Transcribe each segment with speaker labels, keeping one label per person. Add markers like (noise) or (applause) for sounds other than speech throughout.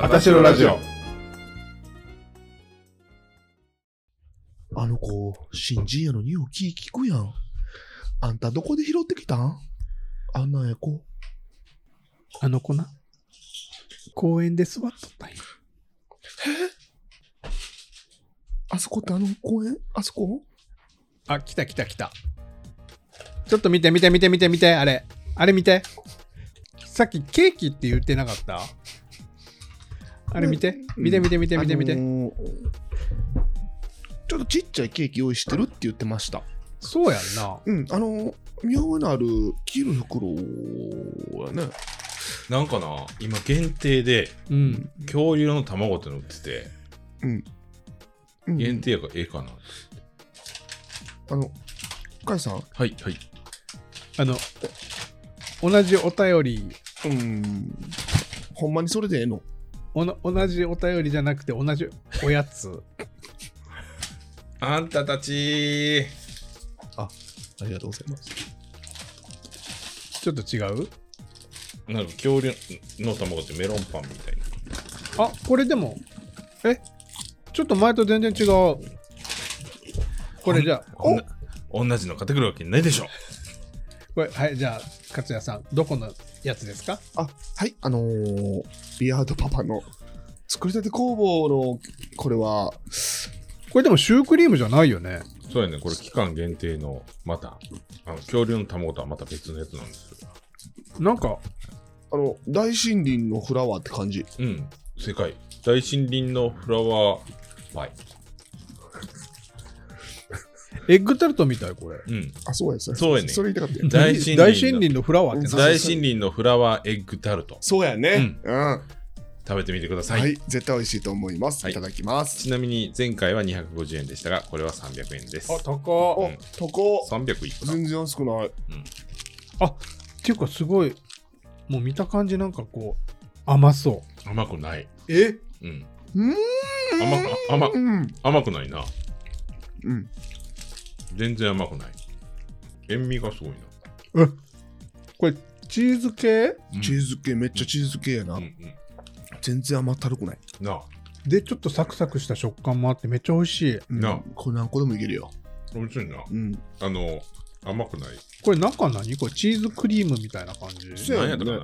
Speaker 1: あたしろラジオ。
Speaker 2: あの子、新人やのによう気聞くやん。あんたどこで拾ってきたんあんなんや子。
Speaker 3: あの子な、公園で座っとったんや。
Speaker 2: あそこってあの公園あそこ
Speaker 3: あ、来た来た来た。ちょっと見て見て見て見て見て、あれ。あれ見て。さっきケーキって言ってなかったあれ見て。見て見て見て見て見て。
Speaker 2: あのーちょっとちっちゃいケーキ用意してるって言ってました。
Speaker 3: そうやんな。
Speaker 2: うん、あのー、見覚えのある黄色い袋やね。
Speaker 1: なんかな、今限定で
Speaker 3: うん。
Speaker 1: 恐竜の卵っての売ってて、
Speaker 2: うん、
Speaker 1: 限定やからええかな。
Speaker 2: あの、かいさん、
Speaker 1: はい、はい。
Speaker 3: あの、同じお便り、
Speaker 2: うん、ほんまにそれでええの
Speaker 3: おな同じお便りじゃなくて同じおやつ。
Speaker 1: あんたたち
Speaker 2: ありがとうございます。
Speaker 3: ちょっと違う
Speaker 1: なんか恐竜の卵ってメロンパンみたいな。
Speaker 3: あ、これでも、えちょっと前と全然違う。これじゃあ、
Speaker 1: こんな同じの買ってくるわけないでしょ。
Speaker 3: これはいじゃあ勝也さんどこのやつですか
Speaker 2: あはいあのービアードパパの作りたて工房のこれは
Speaker 3: これでもシュークリームじゃないよね
Speaker 1: そうやね、これ期間限定の、また、あの恐竜の卵とはまた別のやつなんですよ。
Speaker 3: なんか
Speaker 2: あの大森林のフラワーって感じ
Speaker 1: うん、世界。大森林のフラワーパイ。
Speaker 3: エッグタルトみたいこれ
Speaker 1: うん。
Speaker 2: あそうやですね
Speaker 1: そうやね
Speaker 2: それ言いたかった
Speaker 1: 大
Speaker 2: よ
Speaker 1: 森林の
Speaker 3: 大森林のフラワーって
Speaker 2: そう
Speaker 3: 何
Speaker 1: 大森林のフラワーエッグタルト。
Speaker 2: そうやねうん、
Speaker 1: 食べてみてくださ。
Speaker 2: はいい、絶対美味しいと思います、
Speaker 1: はい
Speaker 2: い、ただきます
Speaker 1: ちなみに前回は250円でしたが、これは300円です。
Speaker 3: あ高
Speaker 1: う
Speaker 3: っ
Speaker 2: お
Speaker 1: ん
Speaker 2: とこ
Speaker 1: 300いくら
Speaker 2: 全然安くない
Speaker 3: っていうかすごいもう見た感じなんかこう甘そ
Speaker 1: 甘くない。
Speaker 3: うえ
Speaker 1: うん。
Speaker 2: うーん
Speaker 1: 甘く甘
Speaker 2: う
Speaker 1: く
Speaker 2: ん
Speaker 1: 甘くないな。
Speaker 2: うん
Speaker 1: 全然甘くない。塩味がすごいな。
Speaker 3: これチーズ系
Speaker 1: うん
Speaker 2: チーズ系めっちゃチーズ系やな、
Speaker 1: うんうん。
Speaker 2: 全然甘ったるくない、
Speaker 1: なあ、
Speaker 3: でちょっとサクサクした食感もあってめっちゃ美味しい
Speaker 2: うん、
Speaker 1: な
Speaker 2: これ何個でもいけるよ、
Speaker 1: 美味しいな。
Speaker 2: うん、
Speaker 1: あの、甘くない。
Speaker 3: これ中何これチーズクリームみたいな感じ
Speaker 2: そう
Speaker 1: 何
Speaker 2: や
Speaker 1: やった
Speaker 2: ね
Speaker 1: か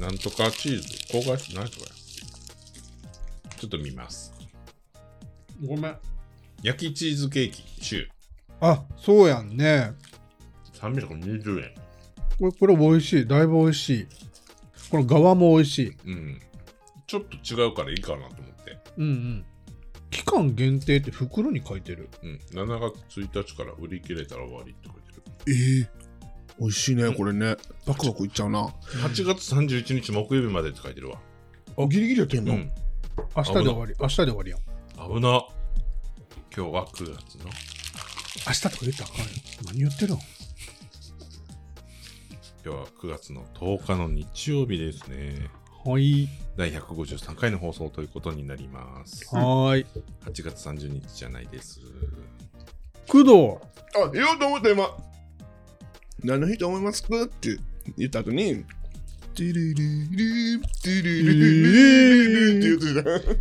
Speaker 1: ななんとかチーズ、香辛子、何やったかなちょっと見ます。
Speaker 3: ごめん
Speaker 1: 焼きチーズケーキ、シュ
Speaker 3: あそうやんね
Speaker 1: ー320円。
Speaker 3: これこれ美味しいだいぶ美味しいこの側も美味しい
Speaker 1: うん。ちょっと違うからいいかなと思って。
Speaker 3: うんうん期間限定って袋に書いてる
Speaker 1: うん。7月1日から売り切れたら終わりって書いてる。
Speaker 2: えー、美味しいねこれねバクバクいっちゃうな
Speaker 1: 8月31日木曜日までって書いてるわ。
Speaker 2: あギリギリやってん
Speaker 1: う
Speaker 2: の、
Speaker 1: ん。
Speaker 3: 明日で終わり明日で終わりやん
Speaker 1: 危な。今日は9月の。
Speaker 3: 明日とか言ったらあかんよ何言ってるの
Speaker 1: 今日は9月の10日の日曜日ですね。
Speaker 3: はい
Speaker 1: 第153回の放送ということになります。
Speaker 3: はーい
Speaker 1: 8月30日じゃないです。
Speaker 3: 工藤
Speaker 2: あ、言おうと思った今。何の日と思いますかって言った後に、ティリリリー、ティリリリリーって言ってた。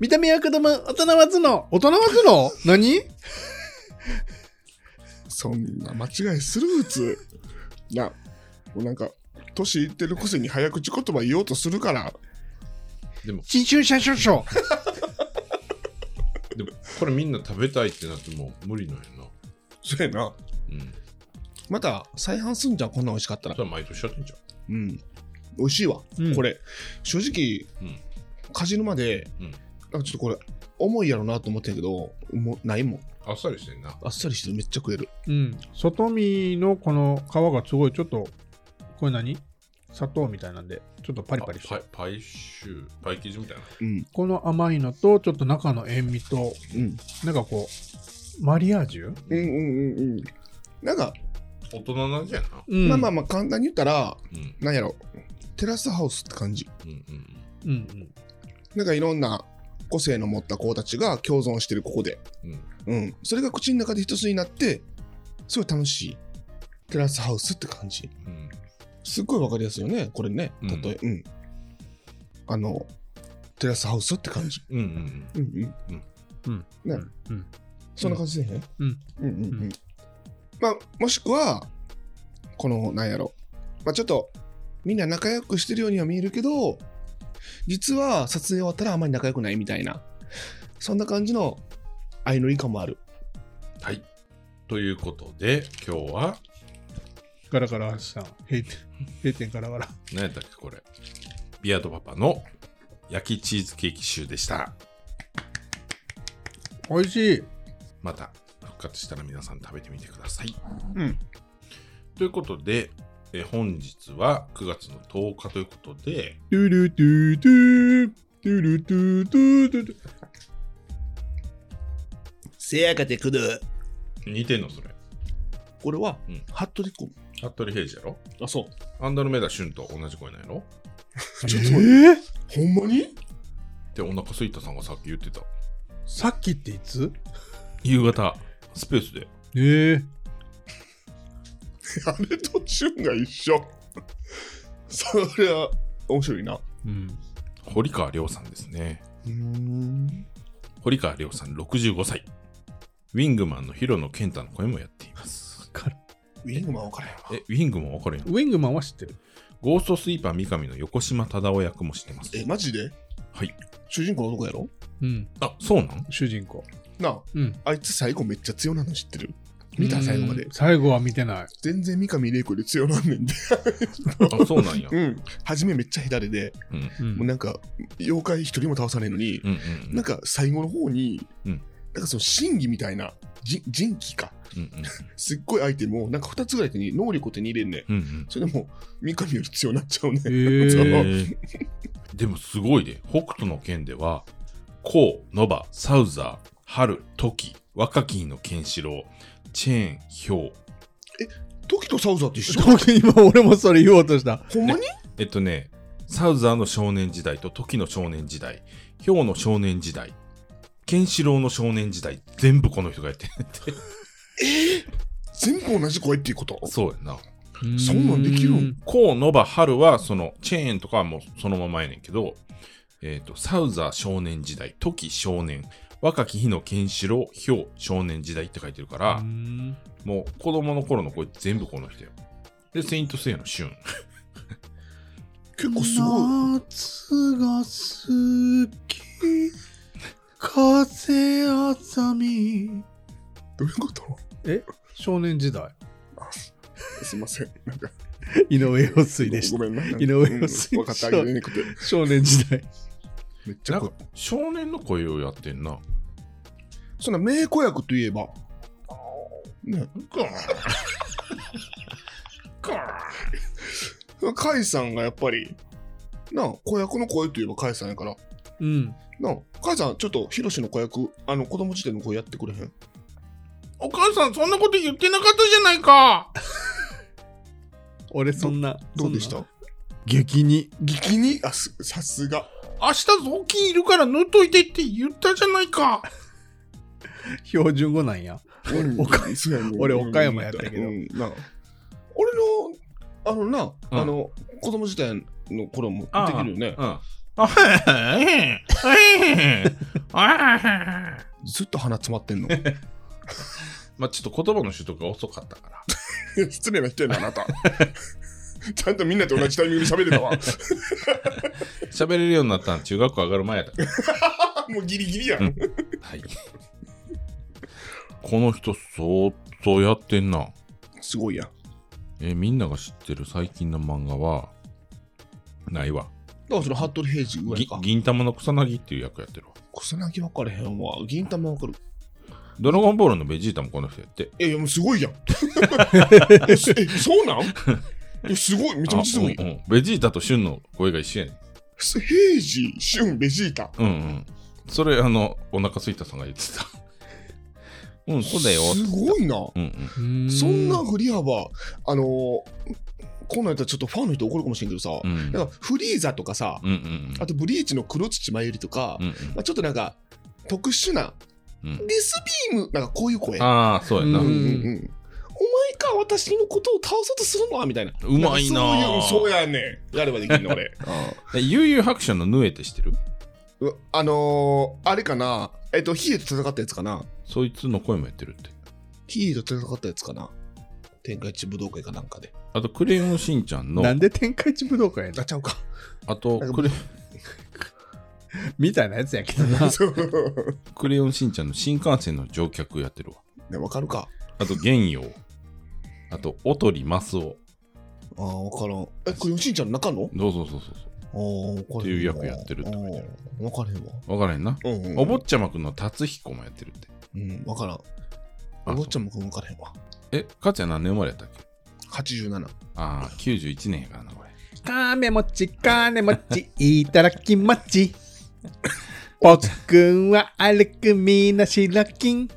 Speaker 3: 見た目は子供大人は頭脳大人は頭脳何
Speaker 2: そんな間違いする普通。な、もうなんか、年いってるくせに早口言葉言おうとするから、
Speaker 3: 新春社少々
Speaker 1: でも、これみんな食べたいってなっても無理なんやな。
Speaker 2: そうやな。
Speaker 1: うん。
Speaker 2: また再販すんじゃん、こんな美味しかったら
Speaker 1: そ。れは毎年やってんじゃん。
Speaker 2: うん。美味しいわ。
Speaker 3: うん
Speaker 2: これ、正直、
Speaker 1: うん
Speaker 2: カジノまで、
Speaker 1: うん
Speaker 2: なんかちょっとこれ、重いやろなと思ってんけど、もうないもん。
Speaker 1: あっさりしてんな。
Speaker 2: あっさりしてめっちゃ食える。
Speaker 3: うん外見のこの皮がすごいちょっとこれ何砂糖みたいなんでちょっとパリパリして
Speaker 1: パイパイシュー、パイ生地みたいな。
Speaker 2: うん。
Speaker 3: この甘いのとちょっと中の塩味と
Speaker 2: うん。
Speaker 3: なんかこうマリアージュ、
Speaker 2: うんうんうんうん。なんか、
Speaker 1: 大人の味やな。
Speaker 3: うん、
Speaker 2: まあまあまあ簡単に言ったら、
Speaker 1: うん。
Speaker 2: なんやろ、テラスハウスって感じ。
Speaker 1: うんうん
Speaker 3: うんうん
Speaker 2: なんかいろんな個性の持った子たちが共存してるここで。
Speaker 1: うん。うん。
Speaker 2: うん。それが口の中で一つになって、すごい楽しい。テラスハウスって感じ。
Speaker 1: うん。
Speaker 2: すっごいわかりやすいよね、これね。
Speaker 1: うん
Speaker 2: 例え、うん。あの、テラスハウスって感じ。
Speaker 1: うんうん
Speaker 2: うんうん。
Speaker 3: うん。
Speaker 2: ね
Speaker 3: うん。
Speaker 2: そんな感じでね。
Speaker 3: うん。
Speaker 2: うんうんう。
Speaker 3: うん
Speaker 2: まあ、もしくは、この、なんやろ。まあ、ちょっと、みんな仲良くしてるようには見えるけど、実は撮影終わったらあまり仲良くないみたいな。そんな感じの愛の以下もある。
Speaker 1: はい。ということで、今日は、
Speaker 3: ガラガラさん。閉店、 (laughs) 閉店ガラガラ。
Speaker 1: 何やったっけこれ。ビアードパパの焼きチーズケーキ集でした。
Speaker 3: 美味しい。
Speaker 1: また復活したら皆さん食べてみてください。
Speaker 3: うん。
Speaker 1: ということで、え本日は9月の10日ということで、
Speaker 3: トゥルトゥトゥトゥルトゥトゥトゥトゥ
Speaker 2: せやかてくる。
Speaker 1: 似てんのそれ。
Speaker 2: これは、
Speaker 1: うん
Speaker 2: ハットリコム。
Speaker 1: 服部平次やろ
Speaker 2: あ、そう。
Speaker 1: アンダルメダ俊と同じ声なんやろ
Speaker 2: ちょっと待って
Speaker 3: えー
Speaker 2: ほんまに
Speaker 1: ってお腹すいたさんがさっき言ってた。
Speaker 3: さっきっていつ
Speaker 1: 夕方、スペースで。
Speaker 3: ええ
Speaker 2: あれとチュンが一緒。それは面白いな。
Speaker 3: うん。
Speaker 1: 堀川亮さんですね。
Speaker 2: うん。
Speaker 1: 堀川亮さん65歳。ウィングマンの広野健太の声もやっています。
Speaker 2: ウィングマン分からへん
Speaker 1: え、ウィングマン分かるやん。
Speaker 3: ウィングマンは知ってる。
Speaker 1: ゴーストスイーパー三上の横島忠夫役もしてます。
Speaker 2: え、マジで
Speaker 1: はい。
Speaker 2: 主人公のとこやろ
Speaker 3: うん。
Speaker 1: あ、そうなん
Speaker 3: 主人公。
Speaker 2: なあ、
Speaker 3: うん。
Speaker 2: あいつ最後めっちゃ強なの知ってる見た最後まで
Speaker 3: うん。最後は見てない。
Speaker 2: 全然三上玲子より強なんねんで。 (laughs)
Speaker 1: あ、そうなんや。うん
Speaker 2: ん。初めめっちゃ左で、
Speaker 1: うん
Speaker 3: う
Speaker 2: もう。なんか、妖怪一人も倒さないのに、
Speaker 1: うんうん
Speaker 2: なんか最後の方に、
Speaker 1: うん
Speaker 2: なんかその真偽みたいな、じ人気か。
Speaker 1: うんうん
Speaker 2: すっごいアイテムを、なんか2つぐらい手に能力を手に入れんねん。
Speaker 1: うんうん
Speaker 2: それでも、三上より強なっちゃうね。
Speaker 3: え (laughs)
Speaker 2: そう
Speaker 3: ー、
Speaker 1: えーでもすごいね北斗の剣ではコウノバサウザー春トキ若き日のケンシロウチェーンヒョウ
Speaker 2: 時とサウザーって一緒
Speaker 3: 時計今俺もそれ言おうとした。
Speaker 2: ほんまに
Speaker 1: えっとねサウザーの少年時代とトキの少年時代ヒョウの少年時代ケンシロウの少年時代全部この人がやってる
Speaker 2: 全部同じ声っていうこと
Speaker 1: そうやな
Speaker 2: そんなんできるん
Speaker 3: う
Speaker 1: コウノバ春はそのチェーンとかはもうそのままやねんけどえっとサウザー少年時代トキ少年若き日のケンシロウヒョウ少年時代って書いてるから、
Speaker 3: うん
Speaker 1: もう子供の頃の声全部この人よ。で、セイントセイヤのシュン。
Speaker 2: 結構すごい。
Speaker 3: 夏が好 (laughs) き風あさみ
Speaker 2: どういうこと
Speaker 3: え少年時代
Speaker 2: すいません。なんか、
Speaker 3: 井上陽水でし
Speaker 2: ごめ
Speaker 3: た
Speaker 2: んな。
Speaker 3: 井上陽水
Speaker 2: 分かってあげれなくて。
Speaker 3: 少年時代
Speaker 2: めっち
Speaker 1: な
Speaker 2: ゃ
Speaker 1: んか少年の声をやってんな。
Speaker 2: そんな名子役といえば。ね、 (laughs) カイさんがやっぱり、なあ、子役の声といえばカイさんやから。
Speaker 3: うん
Speaker 2: なあ、カイさん、ちょっとヒロシの子役、あの子供時代の声やってくれへん
Speaker 1: お母さん、そんなこと言ってなかったじゃないか。
Speaker 3: 俺そんな
Speaker 2: どうでした
Speaker 3: 激に
Speaker 2: 激にあ、すさすが。
Speaker 1: 明日雑巾いるから塗っといてって言ったじゃないか。
Speaker 3: 標準語なんや岡俺岡山やったけど
Speaker 2: うんなあ俺の、あのな、
Speaker 1: うん
Speaker 2: あの、子供時代の頃もで
Speaker 1: ああ
Speaker 2: きるよね
Speaker 1: う。ん。あへへへ。あへへへ。あへへへ。
Speaker 2: ずっと鼻詰まってんの。
Speaker 1: まあ、ちょっと言葉の習得が遅かったから。
Speaker 2: (laughs) 失礼な人やな、あなた。ちゃんとみんなと同じタイミングで喋れた
Speaker 1: (laughs)
Speaker 2: わ。
Speaker 1: 喋れるようになったの中学校上がる前やったから。
Speaker 2: もうギリギリや
Speaker 1: うん
Speaker 2: ん。
Speaker 1: はい。この人、相当やってんな。
Speaker 2: すごいやん。
Speaker 1: えーみんなが知ってる最近の漫画は、ないわ。
Speaker 2: だからその服部平次ぐらい
Speaker 1: ぎ
Speaker 2: か。
Speaker 1: 銀玉の草薙っていう役やってるわ。
Speaker 2: 草薙分かれへんわ。銀玉分かる。
Speaker 1: ドラゴンボールのベジータもこの人やって。
Speaker 2: え、いやもうすごい
Speaker 1: (laughs)
Speaker 2: やん。え、すえそうなんえすごい、めちゃめちゃすごい
Speaker 1: あ。うんうんベジータと旬の声が一緒やねん。
Speaker 2: す平次、俊、ベジータ。
Speaker 1: うんうん。それ、あの、お腹すいたさんが言ってた。 (laughs) うん、そうだよ。
Speaker 2: すごいな。
Speaker 1: うんうん。
Speaker 2: そんな
Speaker 3: う
Speaker 2: 振り幅、あのー、こんなんやったらちょっとファンの人怒るかもしれんけどさ、
Speaker 1: うんうん
Speaker 2: なんかフリーザとかさ、
Speaker 1: うんうん
Speaker 2: あとブリーチの黒土まゆりとか、
Speaker 1: うん
Speaker 2: まあ、ちょっとなんか特殊な
Speaker 1: うん
Speaker 2: デスビームなんかこういう声うん
Speaker 1: ああ、そうやな。
Speaker 2: う
Speaker 1: うん
Speaker 2: うんんお前か私のことを倒そうとするのはみたいな
Speaker 1: うまいなぁ
Speaker 2: (laughs) んかそういうそうやねんやればできんの俺
Speaker 1: 悠々白書のヌエって知ってる
Speaker 2: うあのー、あれかなえっと、ヒエと戦ったやつかな
Speaker 1: そいつの声もやってるって。
Speaker 2: ヒエと戦ったやつかな天下一武道会かなんかで。
Speaker 1: あと、クレヨンしんちゃんの
Speaker 3: な、んで天下一武道会
Speaker 2: (laughs)
Speaker 3: やね
Speaker 2: あ、ちゃうか。
Speaker 1: あと
Speaker 2: なんか
Speaker 1: クレ、
Speaker 3: んみたいなやつやけどな
Speaker 2: そう。
Speaker 1: クレヨンしんちゃんの新幹線の乗客やってるわ。
Speaker 2: ね、わかるか。
Speaker 1: あと、玄陽。あと、おとりますお。
Speaker 2: ああ、わからん。え、これ、しんちゃんの中の
Speaker 1: どうぞそうそうそ
Speaker 2: ああ、
Speaker 1: っていう役やってるって
Speaker 2: あ
Speaker 1: 書
Speaker 2: あ
Speaker 1: いてあ
Speaker 2: わからへんわ。
Speaker 1: う。わからへんな。
Speaker 2: うん、うん。
Speaker 1: おぼっちゃまくんの達彦もやってるって。
Speaker 2: うん、わからん。お坊ちゃんも分からへんわ。
Speaker 1: そうえ、かつや何年生まれやったっけ
Speaker 2: 87。
Speaker 1: ああ、91年やからな、これ。
Speaker 3: 金持ち金持
Speaker 2: (laughs)
Speaker 3: ちいただきまち (laughs) 僕は歩くみなしらきん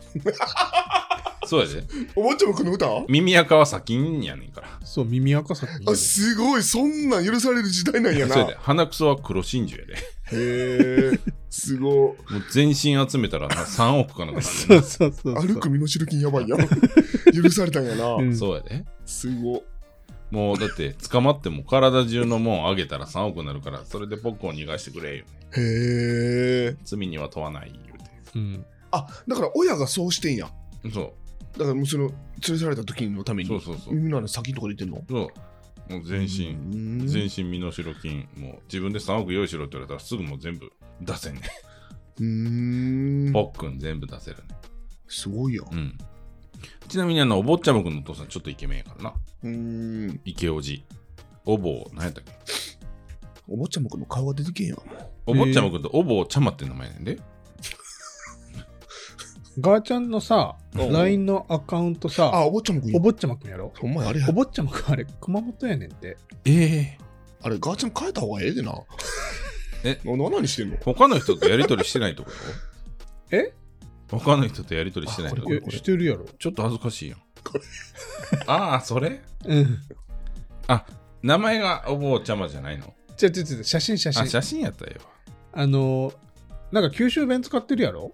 Speaker 1: そうやで。
Speaker 2: お坊ちゃまくんの歌
Speaker 1: 耳垢は先にやねんから。
Speaker 3: そう耳赤さ
Speaker 2: あ、すごい。そんなん許される時代なんやな。
Speaker 1: そうやで。鼻くそは黒真珠やで。
Speaker 2: へえ、すごい。
Speaker 1: もう全身集めたらな3億
Speaker 3: (laughs)
Speaker 1: かなんかなん
Speaker 3: そ
Speaker 1: ね
Speaker 3: うそうそうそう
Speaker 2: 歩く身の代金やば
Speaker 1: (laughs)
Speaker 2: いやん。許されたんやな。
Speaker 3: うん
Speaker 1: ん。そうやで。
Speaker 2: すごい。
Speaker 1: もうだって捕まっても体中のもんあげたら3億になるからそれでポッコを逃がしてくれよ。
Speaker 2: へえ。
Speaker 1: 罪には問わない言う
Speaker 3: うん
Speaker 2: あ、だから親がそうしてんや。
Speaker 1: て。そ
Speaker 2: だからもうその、連れ去られた時のため
Speaker 1: う
Speaker 2: に。
Speaker 1: そうそうそう。
Speaker 2: みんなの先のとこ出てんの
Speaker 1: そうもう全身、
Speaker 2: 身
Speaker 1: 全身身の代金、もう自分で3億用意しろって言われたらすぐもう全部出せんね。
Speaker 2: うーん
Speaker 1: ポッコン全部出せるね。
Speaker 2: すごいやん
Speaker 1: うん。ちなみにあの、お坊ちゃまくんのお父さんちょっとイケメンやからな。
Speaker 2: うーん
Speaker 1: イケオジ。おぼう、何やったっけ
Speaker 2: お坊ちゃまくんの顔が出てけんやん
Speaker 1: お坊ちゃまくんとおぼうちゃまって名前なんで。
Speaker 3: ガーちゃんのさ
Speaker 2: うん
Speaker 3: LINE のアカウント
Speaker 2: あ
Speaker 3: さ
Speaker 2: お坊ちゃまくんや
Speaker 3: お坊ちゃまくんやろ
Speaker 2: ほんまやあれや
Speaker 3: お坊ちゃまくんあれ熊本やねんって
Speaker 1: ええ
Speaker 2: あれガーちゃん変えた方がええでな
Speaker 1: え
Speaker 2: なな何してんの
Speaker 1: 他の人とやりとりしてないってこと
Speaker 3: え
Speaker 1: 他の人とやりとりしてないってこ
Speaker 2: これ
Speaker 1: と
Speaker 3: え
Speaker 2: これ
Speaker 3: してるやろ
Speaker 1: ちょっと恥ずかしいやん。ああ、それ
Speaker 3: うん
Speaker 1: 名前がお坊ちゃまじゃないの
Speaker 3: ちょちょちょ写真写
Speaker 1: あ、
Speaker 3: 真
Speaker 1: 写真やったよ。
Speaker 3: あのーなんか九州弁使ってるやろ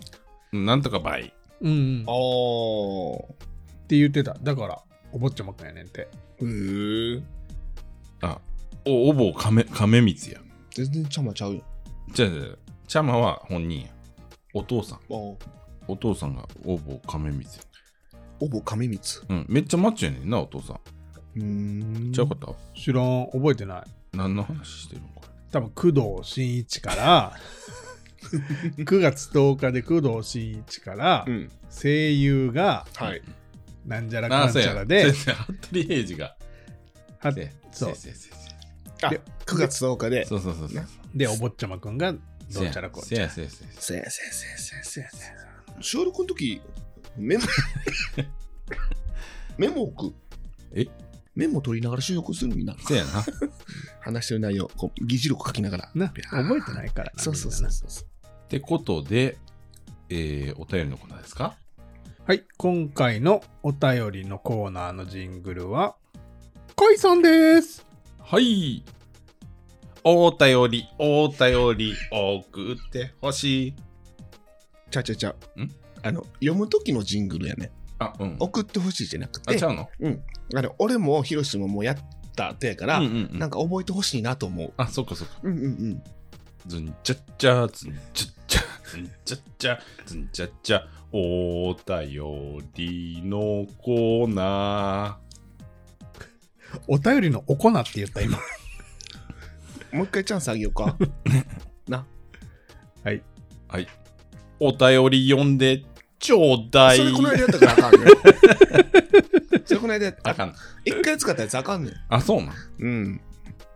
Speaker 1: なんとか倍。
Speaker 3: うんうん
Speaker 2: ああ
Speaker 3: って言ってただからお坊ちゃまくんやねんって
Speaker 2: へえ
Speaker 1: あ、おお坊亀亀光や。
Speaker 2: 全然ちゃまちゃうやんあ
Speaker 1: じゃじゃちゃまは本人や。お父さん。
Speaker 2: ー
Speaker 1: お父さんがお坊亀光。
Speaker 2: おぼ亀光
Speaker 1: うん、めっちゃマッチョやねんな、お父さん。
Speaker 2: うーん
Speaker 1: ちゃうかった、
Speaker 3: 知らん覚えてない
Speaker 1: 何の話してるのこれ。
Speaker 3: 多分工藤新一から9月10日で工藤新一から
Speaker 2: うん
Speaker 3: 声優が
Speaker 2: はい
Speaker 3: なんじゃら
Speaker 1: あ
Speaker 3: かん
Speaker 1: そう
Speaker 3: ち
Speaker 1: や
Speaker 3: ゃら
Speaker 1: (laughs)
Speaker 3: で
Speaker 1: そうや服部平次が。
Speaker 3: は
Speaker 1: せ
Speaker 3: そう
Speaker 1: せせせせ
Speaker 2: あ
Speaker 3: で
Speaker 2: 9月10日で
Speaker 1: そうそうそうそう。
Speaker 3: でお坊ちゃまくんがどうちゃらこう
Speaker 1: せ
Speaker 3: ちゃら
Speaker 1: やせやせやせや
Speaker 2: せやせやせやせやせやせや収録の時メモメモ置く
Speaker 1: え
Speaker 2: メモ取りながら収録するのにな
Speaker 1: せやな。
Speaker 2: 話してる内容こう議事録書きながら
Speaker 3: な
Speaker 2: ピャー
Speaker 3: 覚えてないからな
Speaker 2: そうそうそう
Speaker 3: みんな
Speaker 2: そうそう
Speaker 1: ってことで、えー、お便りのコーナーですか
Speaker 3: なはい今回のお便りのコーナーのジングルはこいさんです
Speaker 1: はい。お便り、お便り、送ってほしい。
Speaker 2: ちゃうちゃうちゃうんあの読む時のジングルやね
Speaker 1: あ、うん。
Speaker 2: 送ってほしいじゃなく
Speaker 1: あ、
Speaker 2: て
Speaker 1: ちゃうの
Speaker 2: あの俺もヒロシももうやった手やから、
Speaker 1: うんうん、うん。
Speaker 2: なんか覚えてほしいなと思う
Speaker 1: あ、そっかそっか。
Speaker 2: うんうんうん
Speaker 1: ずんちゃっちゃ、ずんちゃっちゃ、ずんちゃっちゃ、ずんちゃっちゃ、お便りのコーナ
Speaker 3: お便りのおこなって言った今 (laughs)
Speaker 2: もう一回チャンスあげようか
Speaker 1: ー。はい。お便り読んで、ちょうだい。
Speaker 2: それこの間やったからあか (laughs) んねそれこの間やっ
Speaker 1: あ
Speaker 2: た
Speaker 1: かん。
Speaker 2: 一回使ったやつあかんねん
Speaker 1: あ、そうなん。
Speaker 2: うん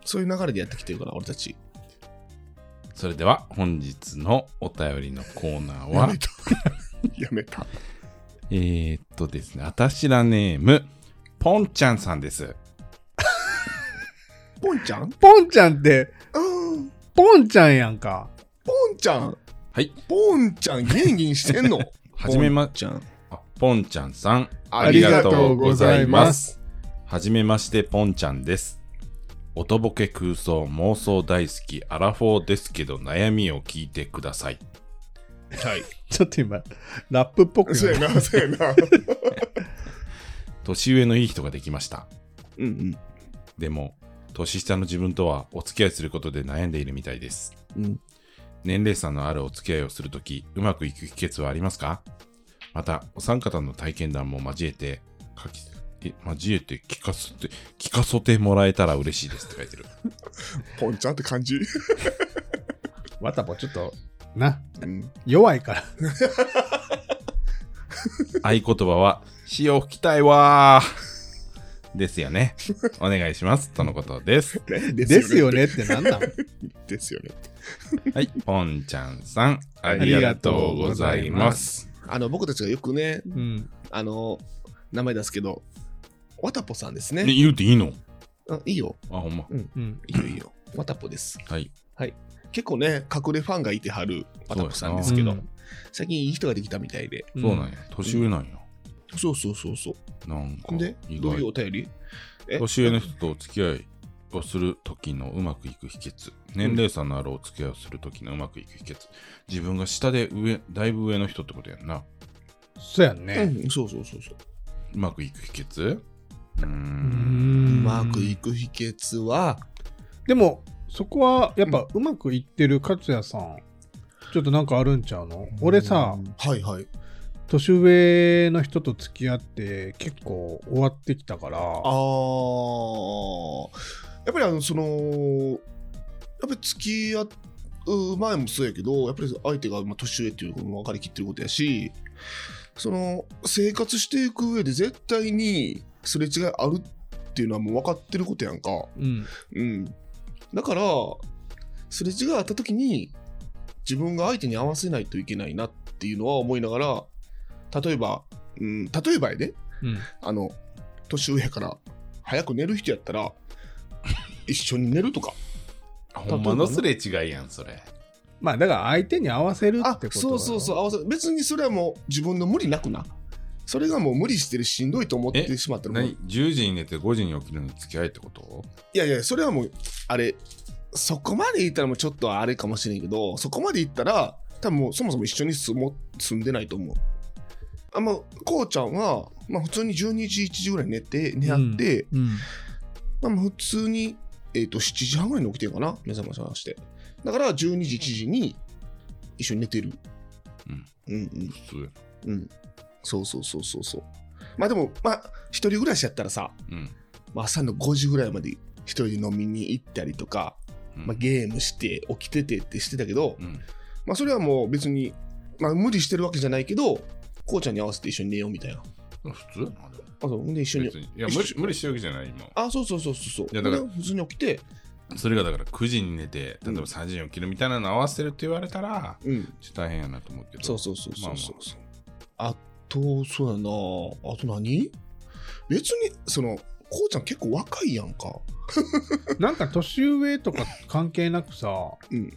Speaker 2: そういう流れでやってきてるから俺たち
Speaker 1: それでは、本日のお便りのコーナーは、
Speaker 2: たやめた
Speaker 1: えー、っとですね、あたしらネーム、ぽんちゃんさんです。
Speaker 2: ポンちゃん
Speaker 3: ポンちゃんって
Speaker 2: うん
Speaker 3: ポンちゃんやんか。
Speaker 2: ポンちゃん
Speaker 1: はい、
Speaker 2: ポンちゃん元気にして (laughs) んの
Speaker 1: はじめま
Speaker 2: ポンちゃん
Speaker 1: あぽんちゃんさん、
Speaker 2: あ
Speaker 1: りがとうございますはじめまして、ぽんちゃんです。おとぼけ空想、妄想大好き、アラフォーですけど、悩みを聞いてください。
Speaker 2: はい
Speaker 3: (laughs) ちょっと今、ラップっぽく
Speaker 2: そう
Speaker 3: 読
Speaker 2: や
Speaker 3: ん
Speaker 2: なそうやな
Speaker 1: 年上のいい人ができました。
Speaker 2: うんうん
Speaker 1: でも、年下の自分とはお付き合いすることで悩んでいるみたいです。
Speaker 2: うん
Speaker 1: 年齢差のあるお付き合いをするとき、うまくいく秘訣はありますかまた、お三方の体験談も交えて、書き、え、交えて聞かせて、聞かせてもらえたら嬉しいですって書い (laughs) てる。
Speaker 2: ポンちゃんって感じ。
Speaker 3: わたぽちょっと、な、
Speaker 2: (laughs) うん。
Speaker 3: 弱いから。
Speaker 1: 合言葉は、潮吹きたいわー。ですよね。お願いします。とのことです。
Speaker 3: ですよ。ねってな
Speaker 2: (laughs)
Speaker 3: んなの
Speaker 2: ですよね。
Speaker 1: はい。ポンちゃんさん、ありがとうございます。
Speaker 2: あの、僕たちがよくね、
Speaker 3: うん。
Speaker 2: あの、名前出すけど、わたぽさんですね。
Speaker 1: ね、言うていいの
Speaker 2: あいいよ。
Speaker 1: あ、ほんま。
Speaker 3: うん。
Speaker 2: いいよ、いいよ。わたぽです。
Speaker 1: はい。
Speaker 2: 結構ね、隠れファンがいてはるわたぽさんですけど、
Speaker 3: うん
Speaker 2: 最近いい人ができたみたいで。
Speaker 1: そうなんや。年上なんや。
Speaker 2: そうそうそうそう。
Speaker 1: なんか、
Speaker 2: で、
Speaker 1: 意
Speaker 2: どういう
Speaker 1: 外。
Speaker 2: お便りえ
Speaker 1: 年上の人とお付き合いをする時のうまくいく秘訣。年齢差のあるお付き合いをする時のうまくいく秘訣。自分が下で上、だいぶ上の人ってことやんな。
Speaker 3: そうやん
Speaker 2: う
Speaker 3: ね。
Speaker 2: ん、そうそうそうそう。
Speaker 1: うまくいく秘訣うー。
Speaker 3: うん
Speaker 2: うんうまくいく秘訣は、
Speaker 3: でも、そこは、やっぱ、うまくいってる勝也さん、ちょっとなんかあるんちゃうの俺さ
Speaker 2: う、ん、はいはい。
Speaker 3: 年上の人と付き合って、結構終わってきたから、
Speaker 2: ああ、やっぱりあの、その、やっぱり付き合う前もそうやけど、やっぱり相手がまあ年上っていうことも分かりきってることやし、その、生活していく上で絶対にすれ違いあるっていうのはもう分かってることやんか。
Speaker 3: うん。
Speaker 2: うん。だから、すれ違いあった時に、自分が相手に合わせないといけないなっていうのは思いながら、例えば、うん、例えばやで、
Speaker 3: うん。
Speaker 2: あの、年上やから、早く寝る人やったら、一緒に寝ると
Speaker 3: (laughs)
Speaker 2: か。
Speaker 1: ほんまのすれ違いやん、それ。
Speaker 3: まあ、だから、相手に合わせるって
Speaker 2: あ
Speaker 3: こと、
Speaker 2: そうそうそう、
Speaker 3: う。
Speaker 2: 合わせ別にそれはもう自分の無理なくな。それがもう無理してるしんどいと思ってしまったらもう、
Speaker 1: 何 ?10 時に寝て5時に起きるの付き合いってこと
Speaker 2: いやいや、それはもう、あれ、そこまでいったらもうちょっとあれかもしれんけど、そこまでいったら、多分もうそもそも一緒に住も住んでないと思う。あまあ、こうちゃんは、まあ、普通に12時、1時ぐらい寝て、寝合って、
Speaker 3: うん。
Speaker 2: まあ、普通に、えー、と7時半ぐらいに起きてるかな目覚まし話してだから12時1時に一緒に寝てる、
Speaker 1: うん、
Speaker 2: うん
Speaker 1: 普通や
Speaker 2: うんうんそうそうそうそうそうまあでもまあ一人暮らしやったらさ、
Speaker 1: な。うん。
Speaker 2: まあ、朝の5時ぐらいまで一人で飲みに行ったりとか、
Speaker 1: うん
Speaker 2: まあ、ゲームして起きててってしてたけど、
Speaker 1: うん。
Speaker 2: まあそれはもう別に、まあ、無理してるわけじゃないけどこうちゃんに合わせて一緒に寝ようみたいな
Speaker 1: 普通やな。でも
Speaker 2: あそうほんで一緒に
Speaker 1: 別に。いや、無理無理してるわけじゃない、今。
Speaker 2: あそうそうそうそうそう
Speaker 1: いやだから
Speaker 2: ほんで普通に起きて
Speaker 1: それがだから9時に寝て、例えば3時に起きるみたいなの合わせてるって言われたら、
Speaker 2: うん
Speaker 1: ちょっと大変やなと思うけど。
Speaker 2: そうそうそう
Speaker 1: ま
Speaker 2: そ
Speaker 1: あまあ
Speaker 2: うそうそう、あとそうやなあと何別にそのこうちゃん結構若いやんか
Speaker 3: なんか、年上とか関係なくさ、
Speaker 2: うん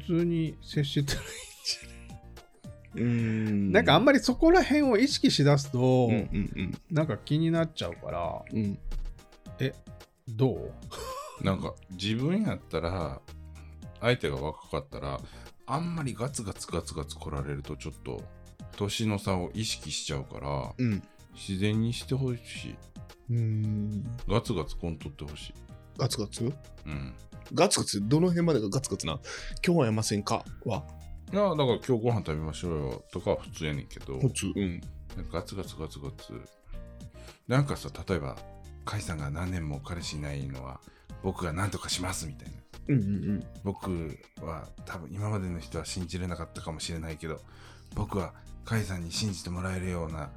Speaker 3: 普通に接してる。
Speaker 2: うん
Speaker 3: なんか、あんまりそこら辺を意識しだすと、
Speaker 2: うんうん
Speaker 3: なんか気になっちゃうから、
Speaker 2: うんうん
Speaker 3: どう
Speaker 1: なんか自分やったら相手が若かったらあんまりガツガツガツガツ来られるとちょっと年の差を意識しちゃうから
Speaker 2: うん
Speaker 1: 自然にしてほしい
Speaker 2: うん
Speaker 1: ガツガツコンとってほしい
Speaker 2: ガツガツ
Speaker 1: うん
Speaker 2: ガツガツどの辺までがガツガツな今日はやませんかはい
Speaker 1: やだから今日ご飯食べましょうよとかは普通やねんけど
Speaker 2: 普通うん
Speaker 1: ガツガツガツガツなんかさ例えば甲斐さんが何年も彼氏いないのは僕が何とかしますみたいな
Speaker 2: うんうん
Speaker 1: 僕は多分今までの人は信じれなかったかもしれないけど僕は甲斐さんに信じてもらえるような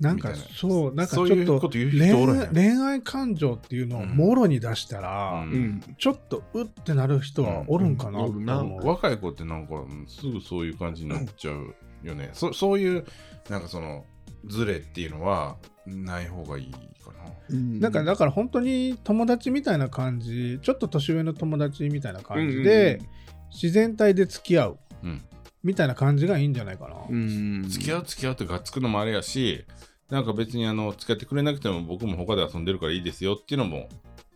Speaker 3: なんか
Speaker 1: みたいな
Speaker 3: そう、なんかち
Speaker 1: そう
Speaker 3: ょ
Speaker 1: い
Speaker 3: っ
Speaker 1: うことと言う
Speaker 3: 恋
Speaker 1: 人おらへん
Speaker 3: 愛恋愛感情っていうのをもろに出したら、
Speaker 1: うん
Speaker 2: うんうん
Speaker 3: ちょっとうってなる人はおるんかなと
Speaker 2: うんうん
Speaker 3: 思う。
Speaker 1: 若い子ってなんかうんすぐそういう感じになっちゃうよね、そそういうなんかそのズレっていうのはない方がいいか
Speaker 2: うん
Speaker 3: なんかだから本当に友達みたいな感じちょっと年上の友達みたいな感じで、自然体で付き合う
Speaker 1: な、うん、
Speaker 3: みたいな感じがいいんじゃないかな、
Speaker 2: うん
Speaker 1: 付き合う付き合うってがっつくのもあれやしなんか別にあの付き合ってくれなくても僕も他で遊んでるからいいですよっていうのも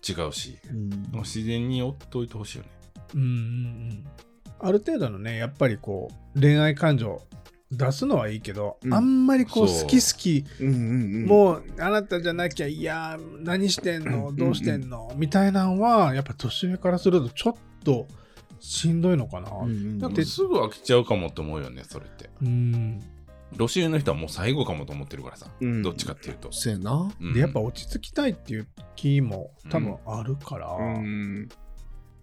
Speaker 1: 違うし
Speaker 2: うん
Speaker 1: なんか自然に追っておいてほしいよね
Speaker 3: うんうんうんある程度のねやっぱりこう恋愛感情出すのはいいけど、
Speaker 2: うん
Speaker 3: あんまりこう
Speaker 1: そう
Speaker 3: 好き好き
Speaker 2: うんうんうん
Speaker 3: もうあなたじゃなきゃいやー何してん
Speaker 2: う
Speaker 3: の
Speaker 2: ん
Speaker 3: どうしてんのみたいなのはやっぱ年上からするとちょっとしんどいのかな
Speaker 2: うんうん
Speaker 1: なんかすぐ飽きちゃうかもって思うよね、それって。
Speaker 3: うん
Speaker 1: ロシアの人はもう最後かもと思ってるからさ、
Speaker 2: うん
Speaker 1: どっちかっていうと。
Speaker 2: せやな。
Speaker 1: うん
Speaker 3: でやっぱ落ち着きたいっていう気も多分あるから、
Speaker 2: うん。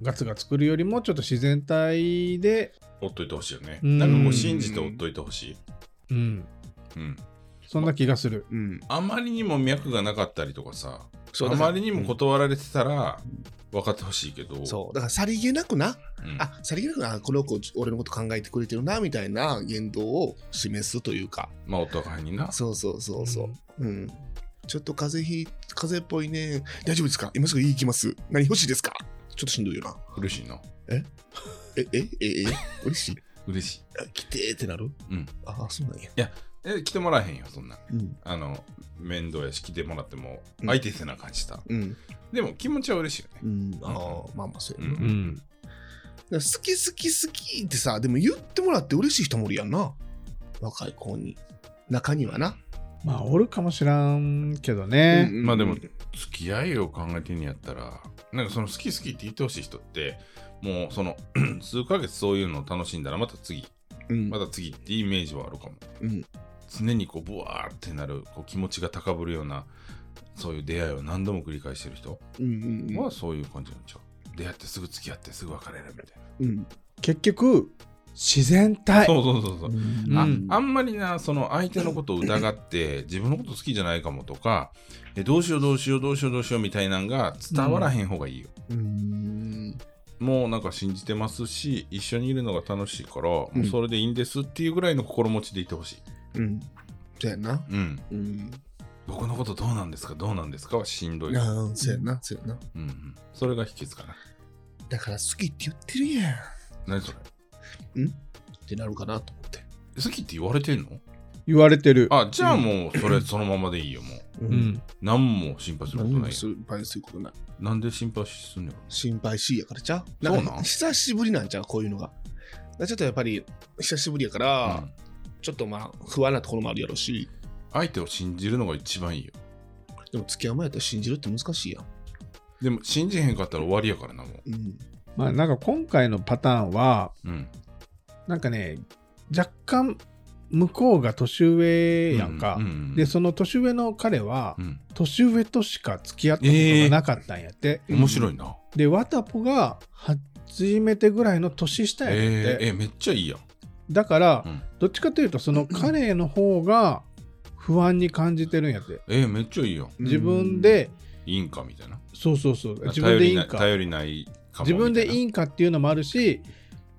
Speaker 3: ガツガツ来るよりもちょっと自然体で、
Speaker 1: ほっといてほしいよね。
Speaker 3: うん
Speaker 1: なんかこう信じてほっといてほしい。
Speaker 3: うん、
Speaker 1: うん。
Speaker 3: そんな気がする。
Speaker 2: うん。
Speaker 1: あまりにも脈がなかったりとかさ、
Speaker 2: そう
Speaker 1: あ
Speaker 2: だから
Speaker 1: まりにも断られてたら分かってほしいけど、
Speaker 2: そう。だから、さりげなく
Speaker 1: う
Speaker 2: な。
Speaker 1: ん
Speaker 2: あ、さりげなくな。あこの子、俺のこと考えてくれてるな、みたいな言動を示すというか。
Speaker 1: まあお互いにな。
Speaker 2: そうそうそうそう。うん。ちょっと風邪ひ、風邪っぽいね。大丈夫ですか今すぐ行きます。何欲しいですかちょっとしんどいよな。
Speaker 1: 嬉しいな。
Speaker 2: え、え、え、え、嬉しい。
Speaker 1: 嬉しい。
Speaker 2: あ来てーってなる
Speaker 1: うん。
Speaker 2: ああ、そうなんや。
Speaker 1: え、来てもらえへんよ、そんな。
Speaker 2: うん。
Speaker 1: あの、面倒やし、来てもらっても
Speaker 2: うん
Speaker 1: 相手せな感じた。
Speaker 2: うん。
Speaker 1: でも気持ちは嬉しいよね。
Speaker 2: うん。ああ、まあまあ、そうやな。
Speaker 1: うん
Speaker 3: ん、
Speaker 2: だから好き好き好きってさでも言ってもらって嬉しい人もおるやんな若い子に中にはな、
Speaker 3: まあおるかもしらんけどね。
Speaker 2: うんうん
Speaker 1: まあでも付き合いを考えてんやったらなんかその好き好きって言ってほしい人ってもうその (clears throat) 数ヶ月そういうのを楽しんだらまた次
Speaker 2: うん
Speaker 1: また次っていうイメージはあるかも
Speaker 2: うん
Speaker 1: 常にこうブワーってなるこう気持ちが高ぶるようなそういう出会いを何度も繰り返してる人
Speaker 2: うんうん
Speaker 1: はそういう感じなんちゃう出会ってすぐ付き合ってすぐ別れるみたいな、
Speaker 2: うん
Speaker 3: 結局自然体。
Speaker 1: そうそうそうそう、
Speaker 2: うん
Speaker 1: あ
Speaker 3: うん
Speaker 1: あんまりなその相手のことを疑って自分のこと好きじゃないかもとかえどうしようどうしようどうしようどうしようみたいなんが伝わらへん方がいいよ、
Speaker 2: うん
Speaker 1: もうなんか信じてますし一緒にいるのが楽しいから、も
Speaker 2: ん
Speaker 1: うそれでいいんですっていうぐらいの心持ちでいてほしい、
Speaker 2: うんそうやな
Speaker 1: うん、
Speaker 2: うん
Speaker 1: 僕のことどうなんですかどうなんですかはしんどい、うん
Speaker 2: ああそうやなそうやな
Speaker 1: うん、それが秘訣かな
Speaker 2: だから好きって言ってるやんっ
Speaker 1: 何それ
Speaker 2: てなるかなと思って
Speaker 1: 好きって言われてんの
Speaker 3: 言われてる。
Speaker 1: あじゃあもうそれそのままでいいよもう
Speaker 2: う
Speaker 3: うん、
Speaker 1: 何も心配すること
Speaker 2: 何
Speaker 1: な
Speaker 2: も
Speaker 1: いよ
Speaker 2: 心配することない
Speaker 1: なんで心配すんのよ
Speaker 2: 心配しいやからちゃう
Speaker 1: そうなん
Speaker 2: か久しぶりなんちゃうこういうのがだからちょっとやっぱり久しぶりやから、
Speaker 1: うん
Speaker 2: ちょっとまあ不安なところもあるやろし
Speaker 1: 相手を信じるのが一番いいよ
Speaker 2: でも付き合う前やったら信じるって難しいやん
Speaker 1: でも信じへんかったら終わりやからなもう
Speaker 2: うん
Speaker 3: まあなんか今回のパターンは
Speaker 1: うん
Speaker 3: なんかね若干向こうが年上やんか。
Speaker 1: うんうん
Speaker 3: でその年上の彼は
Speaker 1: うん
Speaker 3: 年上としか付き合ったことがなかったんやって、
Speaker 1: うん面白いな
Speaker 3: でわたぽが初めてぐらいの年下やねんて、
Speaker 1: えー、えめっちゃいいやん
Speaker 3: だから、
Speaker 1: うん
Speaker 3: どっちかというとそ
Speaker 1: (laughs)
Speaker 3: の彼の方が不安に感じてるんやって
Speaker 1: えー、めっちゃいいやん
Speaker 3: 自分で、
Speaker 1: いいんかみたいな
Speaker 3: そうそうそう自分でいいんか
Speaker 1: 頼りない頼りないかも
Speaker 3: 自分でい
Speaker 1: い
Speaker 3: いんかっていうのもあるし、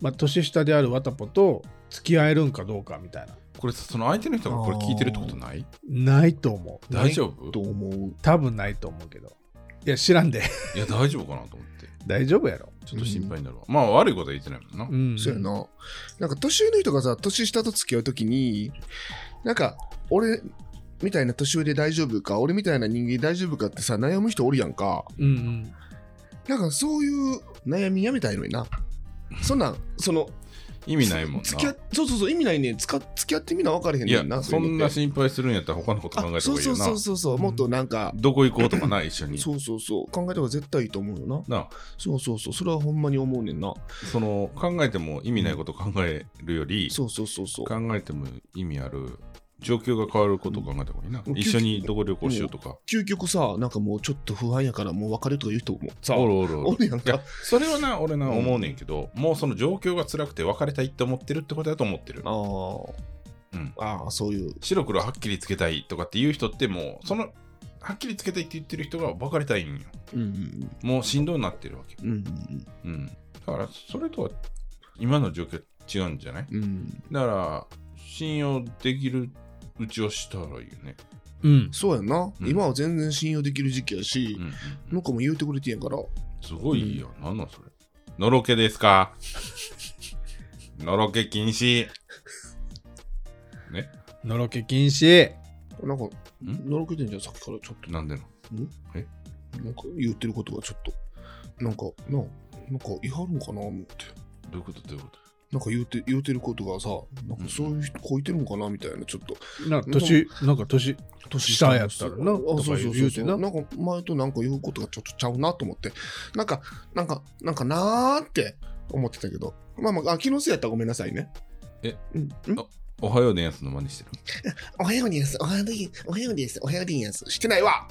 Speaker 3: まあ、年下であるわたぽと付き合えるんかどうかみたいな
Speaker 1: これさその相手の人がこれ聞いてるってことない
Speaker 3: ないと思う
Speaker 1: 大丈夫
Speaker 2: と思う。
Speaker 3: 多分ないと思うけどいや知らんで (laughs)
Speaker 1: いや大丈夫かなと思って
Speaker 3: 大丈夫やろ
Speaker 1: ちょっと心配になるわ、まあ悪いことは言ってないもんな、
Speaker 3: うん
Speaker 2: そうやな。なんか年上の人がさ、年下と付き合うときに、なんか、俺みたいな年上で大丈夫か、俺みたいな人間大丈夫かってさ、悩む人おるやんか。
Speaker 3: うんうん
Speaker 2: なんかそういう悩みやめたいのにな。そんなん、その、
Speaker 1: 意味ないもんな
Speaker 2: 付き合っそうそうそう、意味ないねん。つか付き合ってみな分かれへん
Speaker 1: い
Speaker 2: ね
Speaker 1: や
Speaker 2: んな。
Speaker 1: そんな
Speaker 2: ういう
Speaker 1: 心配するんやったら他のこと考
Speaker 2: のって
Speaker 1: えた方
Speaker 2: あそう
Speaker 1: がいい
Speaker 2: そ
Speaker 1: よ
Speaker 2: う
Speaker 1: な
Speaker 2: そうそうそう、もっとなんか、
Speaker 1: どこ行こうとかな一緒に
Speaker 2: そうそうそう、考えた方が絶対いいと思うよな。
Speaker 1: なあ
Speaker 2: そうそうそう、それはほんまに思うねんな。
Speaker 1: その考えても意味ないこと考えるより、
Speaker 2: そうそうそうそう。
Speaker 1: 考えても意味ある状況が変わることを考えた方がいいな、
Speaker 2: うん
Speaker 1: 一緒にどこ旅行しようとか、
Speaker 2: 究極さ、なんかもうちょっと不安やからもう別れるとか言う人もさ、
Speaker 1: おるおるお
Speaker 2: お
Speaker 1: る
Speaker 2: るやん
Speaker 1: いや
Speaker 2: か。
Speaker 1: それはな俺な
Speaker 2: うん
Speaker 1: 思うねんけど、もうその状況が辛くて別れたいって思ってるってことだと思ってる
Speaker 2: あー
Speaker 1: うん
Speaker 2: あー、そういう。
Speaker 1: 白黒はっきりつけたいとかっていう人ってもうそのはっきりつけたいって言ってる人が別れたいんよ
Speaker 2: うん
Speaker 1: もうしんどくなってるわけ
Speaker 2: うんうん
Speaker 1: うんだからそれとは今の状況違うんじゃない
Speaker 2: うんうん、
Speaker 1: だから信用できるうちをしたらいいよね、
Speaker 3: うん
Speaker 2: そうやんな、
Speaker 1: うん
Speaker 2: 今は全然信用できる時期やし
Speaker 1: う、んうん
Speaker 2: 向こうも言うてくれてんやから、
Speaker 1: すごいよ、なんなんそれのろけですか (laughs) のろけ禁止ね
Speaker 3: のろけ禁止
Speaker 2: なんか、のろけてんじゃん、さっきからちょっと。
Speaker 1: なんでの
Speaker 2: なんか言ってることがちょっと、なんか、ななんか言いはるんかな思って。
Speaker 1: どういうことどういうこと
Speaker 2: なんか言うて言うてることがさ、なんかそういう人こいてるのかなみたいな、ちょっと。
Speaker 3: なんか年なんか年
Speaker 2: 年
Speaker 3: 下やったらな
Speaker 2: あそうそうそう
Speaker 3: とか言うてな
Speaker 2: なんか前となんか言うことがちょっとちゃうなと思ってなんかなんかなんかなーって思ってたけど。まあまあ、あ気のせいやったらごめんなさいね。
Speaker 1: え
Speaker 2: うん、ん
Speaker 1: おはようでやつの真似してる。
Speaker 2: おはようにやす、おはようにおはようにやす、おはようにやす。してないわ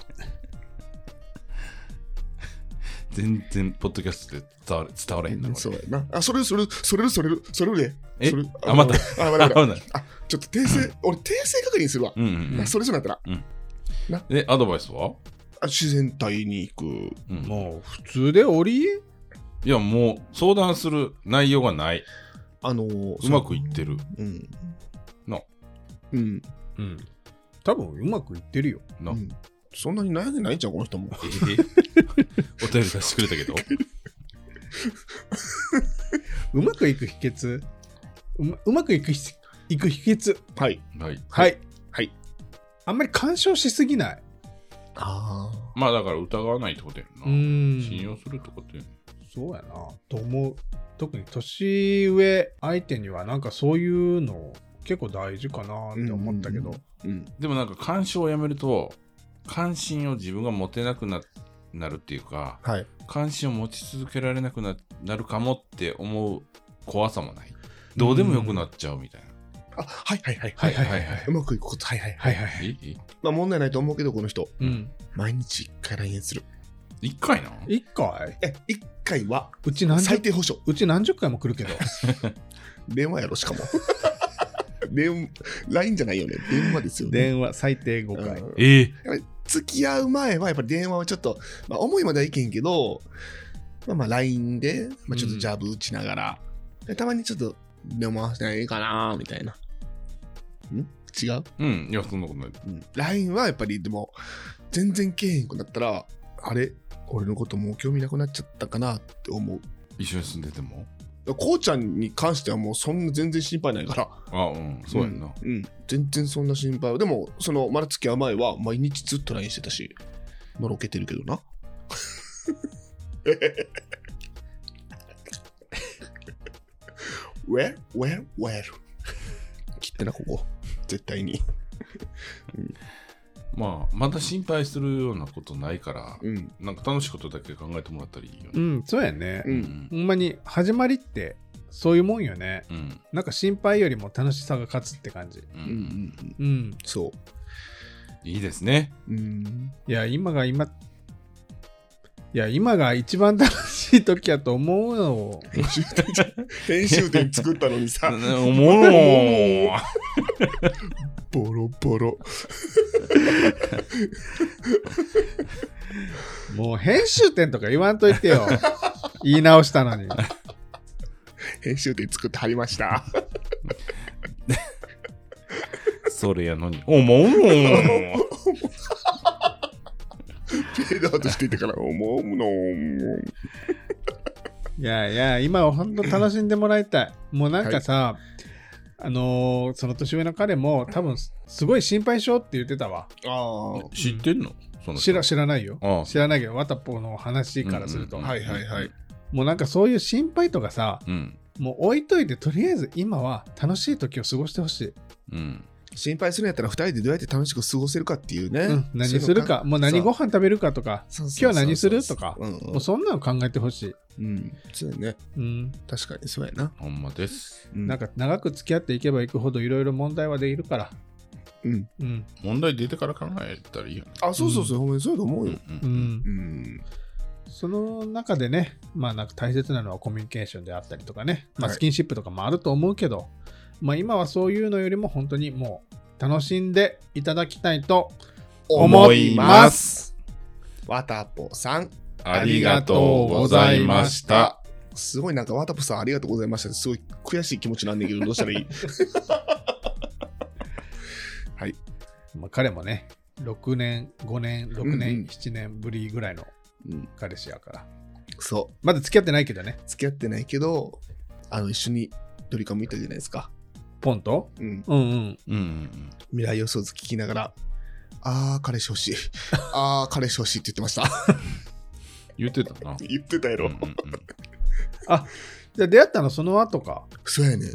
Speaker 1: 全然、ポッドキャストで伝われ伝われへんな、こ
Speaker 2: そうやな。あ、それそれ、それそれ、それで。
Speaker 1: え
Speaker 2: それ
Speaker 1: あまた。
Speaker 2: あ、ま
Speaker 1: れ。
Speaker 2: た
Speaker 1: あ、 (laughs) 合うな。
Speaker 2: なんかちょっと訂正、俺訂正確認するわ。
Speaker 1: うんうん
Speaker 2: あそれそうなったら、
Speaker 1: うん。え、アドバイスは
Speaker 2: あ自然体に行く。
Speaker 1: うん。
Speaker 3: もう普通で折り
Speaker 1: いや、もう、相談する内容がない。
Speaker 2: あのー
Speaker 1: うまくいってる。
Speaker 2: そううん。
Speaker 1: な。
Speaker 2: うん。
Speaker 3: うん。多分うまくいってるよ。
Speaker 1: な。
Speaker 2: うんそんなに悩んでないんちゃうこの人も。
Speaker 1: えへへ (laughs) お便り出してくれたけど。
Speaker 3: (laughs) うまくいく秘訣うまうまくいくひいく秘訣
Speaker 2: はい。
Speaker 1: はい。
Speaker 3: はい。
Speaker 2: はい。
Speaker 3: あんまり干渉しすぎない。
Speaker 2: あ
Speaker 1: まあ、だから疑わないってことやんな。信
Speaker 3: ん。
Speaker 1: 用するってことやん。
Speaker 3: そうやな。と思う。特に年上相手にはなんかそういうの結構大事かなって思ったけど。
Speaker 2: あ。うん。
Speaker 1: でもなんか干渉をやめると関心を自分が持てなくななるっていうか
Speaker 2: はい。
Speaker 1: 関心を持ち続けられなくななるかもって思う怖さもないどうでもよくなっちゃうみたいな、
Speaker 2: あ、はいはいはい。
Speaker 3: はいはいはいは
Speaker 2: うまくいくこと、はいはい。
Speaker 3: はいはい。
Speaker 1: ええ
Speaker 2: まあ問題ないと思うけど、この人。
Speaker 3: うん。
Speaker 2: 毎日一回来園する。
Speaker 1: 一回な
Speaker 3: 一回
Speaker 2: え、一回は
Speaker 3: うち何十
Speaker 2: 最低保障。
Speaker 3: うち何十回も来
Speaker 2: (laughs)
Speaker 3: るけど。
Speaker 2: 電話やろ、しかも。 (laughs) 電 LINE じゃないよね。電話ですよね。
Speaker 3: 話最低5
Speaker 2: うん
Speaker 1: ええ
Speaker 2: 付き合う前はやっぱり電話はちょっと、まあ、思いまではいけんけど、まあ、まあ LINE で、まあ、ちょっとジャブ打ちながら、でたまにちょっと電話してないかなみたいな。ん違う、
Speaker 1: うんいやそんなことない
Speaker 2: うん、?LINE はやっぱりでも全然けえへんくなったらあれ俺のこともう興味なくなっちゃったかなって思う。
Speaker 1: 一緒に住んでても
Speaker 2: こうちゃんに関してはもうそんな全然心配ないから。
Speaker 1: あうんそうやんな、
Speaker 2: うん。うん全然そんな心配は。でも、その、まだ付き合う前は毎日ずっと LINE してたし、のろけてるけ
Speaker 1: (laughs)
Speaker 2: どな。ウェウェウェル。切ってな、ここ。絶対に。
Speaker 1: まあまた心配するようなことないから
Speaker 2: うん。
Speaker 1: なんか楽しいことだけ考えてもらったらいいよ
Speaker 3: う
Speaker 1: ね
Speaker 3: ん、そうやね
Speaker 2: う。。
Speaker 1: うんん
Speaker 3: ほんまに始まりってそういうもんよね。
Speaker 1: うん
Speaker 3: なんか心配よりも楽しさが勝つって感じ。
Speaker 1: う
Speaker 2: うんうん
Speaker 1: ん
Speaker 2: うん。
Speaker 3: うん。
Speaker 2: そ
Speaker 1: いいですね
Speaker 2: う。うん。
Speaker 3: いや、今が今、いや、今が一番楽しい時やと思う
Speaker 1: (laughs)
Speaker 3: の。
Speaker 2: 編集点じゃ、編集点作ったのに
Speaker 1: お
Speaker 2: さ、
Speaker 1: もろー
Speaker 2: ボロボロ。
Speaker 3: もう編集点とか言わんといて
Speaker 1: (laughs)
Speaker 3: よ。言い直したのに。
Speaker 2: 編集点作ってはりました。
Speaker 1: それやのにおもろー (laughs)
Speaker 2: フェードアウトしていてから、思うの、もう。
Speaker 3: いやいや、今は本当楽しんでもらいたい。もうなんかさ、あのーその年上の彼も多分すごい心配性って言ってたわ。
Speaker 2: ああ。
Speaker 1: 知ってんのその人
Speaker 3: 知ら知らないよ。
Speaker 1: ああ
Speaker 3: 知らないけど、わたぽの話からすると、
Speaker 1: うんうん
Speaker 2: はいはいはい。
Speaker 3: もうなんかそういう心配とかさ、
Speaker 1: うん
Speaker 3: もう置いといて、とりあえず今は楽しい時を過ごしてほしい。
Speaker 1: うん
Speaker 2: 心配するんやったら2人でどうやって楽しく過ごせるかっていうね、
Speaker 3: うん、何するか、もう何ご飯食べるかとか、
Speaker 2: そう
Speaker 3: 今日何するとか
Speaker 2: うん
Speaker 3: もうそんなの考えてほしい。
Speaker 2: うん、うん、そうやね
Speaker 3: うん、
Speaker 2: 確かにそうやな、
Speaker 1: ほんまです
Speaker 2: うん、
Speaker 3: なんか長く付き合っていけばいくほどいろいろ問題はできるから。
Speaker 2: うん
Speaker 3: うん。
Speaker 1: 問題出てから考えたらいいよね
Speaker 2: あそうそうそうほんまにそうやと思うよ
Speaker 3: う、ん
Speaker 2: う。ん
Speaker 3: その中でね、まあなんか大切なのはコミュニケーションであったりとかね、まあ
Speaker 2: はい
Speaker 3: スキンシップとかもあると思うけど、まあ今はそういうのよりも本当にもう楽しんでいただきたいと思います。
Speaker 2: わたぽさん
Speaker 1: ありがとうございました
Speaker 2: すごいなんかわたぽさんありがとうございましたってすごい悔しい気持ちなんだけどどうしたらいい
Speaker 3: まあ彼もね、6年、5年、6
Speaker 2: うんう
Speaker 3: 年、
Speaker 2: ん
Speaker 3: 7年ぶりぐらいの
Speaker 2: うん
Speaker 3: 彼氏やから。
Speaker 2: そ
Speaker 3: まだ付き合ってないけどね
Speaker 2: う、付き合ってないけどあの一緒にドリカム行ったじゃないですか
Speaker 3: ポンと。
Speaker 2: うん
Speaker 3: うんうん。
Speaker 1: うんうん
Speaker 2: 未来予想図聞きながらああ彼氏欲しいああ彼氏欲しいって言ってました
Speaker 1: 言ってたな
Speaker 2: 言ってたやろ、
Speaker 1: うんうんうん
Speaker 3: じゃあ出会ったのその後か。
Speaker 2: そうやね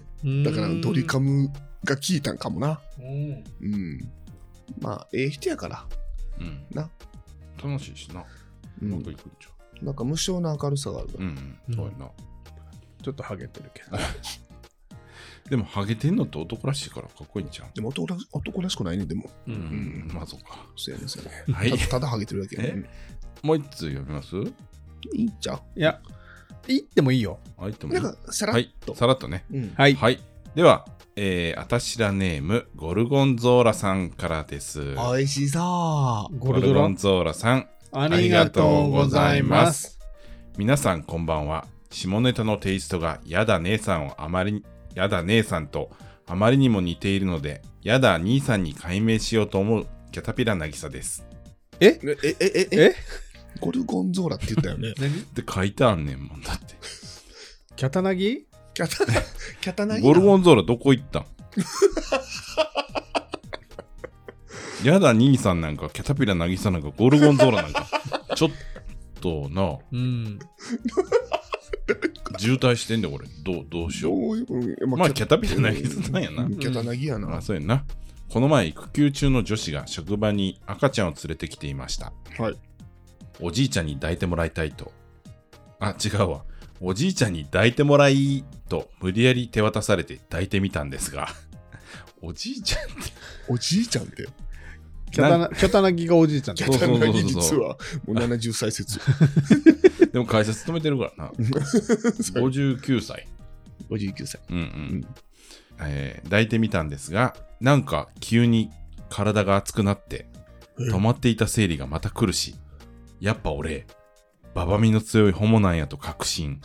Speaker 2: だからドリカ
Speaker 3: ム。
Speaker 2: ムが効いたんかもな
Speaker 3: うん
Speaker 2: うんまあええ人やから、
Speaker 1: うん
Speaker 2: な
Speaker 1: 楽しいしなう
Speaker 2: う
Speaker 1: まく
Speaker 2: ん
Speaker 1: いくんちゃ
Speaker 2: なんか無償な明るさがあるか
Speaker 1: う
Speaker 2: ら、
Speaker 1: うんうんそうやな
Speaker 3: ちょっとハゲてるけど。
Speaker 1: でも、ハゲてんのって男らしいからかっこいいんじゃん。
Speaker 2: でも男ら男らしくないね、でも。
Speaker 3: う。
Speaker 1: うんん、まあそうか。
Speaker 2: そうやねんそうやね
Speaker 1: (laughs) はい
Speaker 2: た。ただハゲてるだけ。
Speaker 1: え
Speaker 2: うん
Speaker 1: もう一通読みます
Speaker 2: いいんちゃ
Speaker 3: いや、いってもいいよ。
Speaker 1: はい、と
Speaker 2: う
Speaker 1: も
Speaker 2: なんか、さら
Speaker 1: は
Speaker 2: っ
Speaker 1: い
Speaker 2: と。、
Speaker 1: さらっとね。
Speaker 2: うん
Speaker 3: はい。
Speaker 1: はい。では、えー、あたしらネーム、ゴルゴンゾーラさんからです。
Speaker 2: 美味しそう。
Speaker 3: ゴ
Speaker 1: ゴ
Speaker 3: ル
Speaker 1: ル
Speaker 3: ド
Speaker 1: ゴ
Speaker 3: ラ
Speaker 1: ン。ゾーラさん、
Speaker 3: あ
Speaker 1: り
Speaker 3: り
Speaker 1: が
Speaker 3: が
Speaker 1: と
Speaker 3: と
Speaker 1: う
Speaker 3: う
Speaker 1: ご
Speaker 3: ご
Speaker 1: ざ
Speaker 3: ざ
Speaker 1: い
Speaker 3: い
Speaker 1: ま
Speaker 3: ます。
Speaker 1: 皆さんこんばんは。下ネタのテイストが、やだ姉さんをあまりに、やだ姉さんとあまりにも似ているので、やだ兄さんに改名しようと思う、キャタピラなぎさです。
Speaker 2: え、え、え、え、
Speaker 3: え。
Speaker 2: ゴルゴンゾーラって言ったよね
Speaker 3: 何
Speaker 1: って書いてあんねんもんだって。
Speaker 3: (laughs) キャタナギ
Speaker 2: キャタ、キャタナギ
Speaker 1: ゴルゴ
Speaker 2: ン。
Speaker 1: ンゾーラどこ行ったん (laughs) やだ兄さんなんかキャタピラなぎさなんかゴルゴンゾーラなんかちょっとな
Speaker 3: うん。
Speaker 1: 渋滞してんだこれどうどうしよう
Speaker 2: どういう
Speaker 1: まあキャタピラなぎさなんやな
Speaker 2: うキャタナギやな
Speaker 1: あ。そうやんなこの前育休中の女子が職場に赤ちゃんを連れてきていました
Speaker 2: はい
Speaker 1: おじいちゃんに抱いてもらいたいとあ違うわおじいちゃんに抱いてもらいと無理やり手渡されて抱いてみたんですが (laughs) おじいちゃんって
Speaker 2: おじいちゃんって。
Speaker 3: キャタナキャタナギがおじいちゃん
Speaker 2: キ
Speaker 3: だ
Speaker 1: そうそ
Speaker 2: ャタ
Speaker 1: うそうそう
Speaker 2: ナギ実はもう70歳説。
Speaker 1: でも会社勤めてるからな。59歳。
Speaker 2: 59歳。
Speaker 1: うんうん。えー抱いてみたんですが、なんか急に体が熱くなって、
Speaker 2: うん
Speaker 1: 止まっていた生理がまた来るし、やっぱ俺、ババみの強いホモなんやと確信。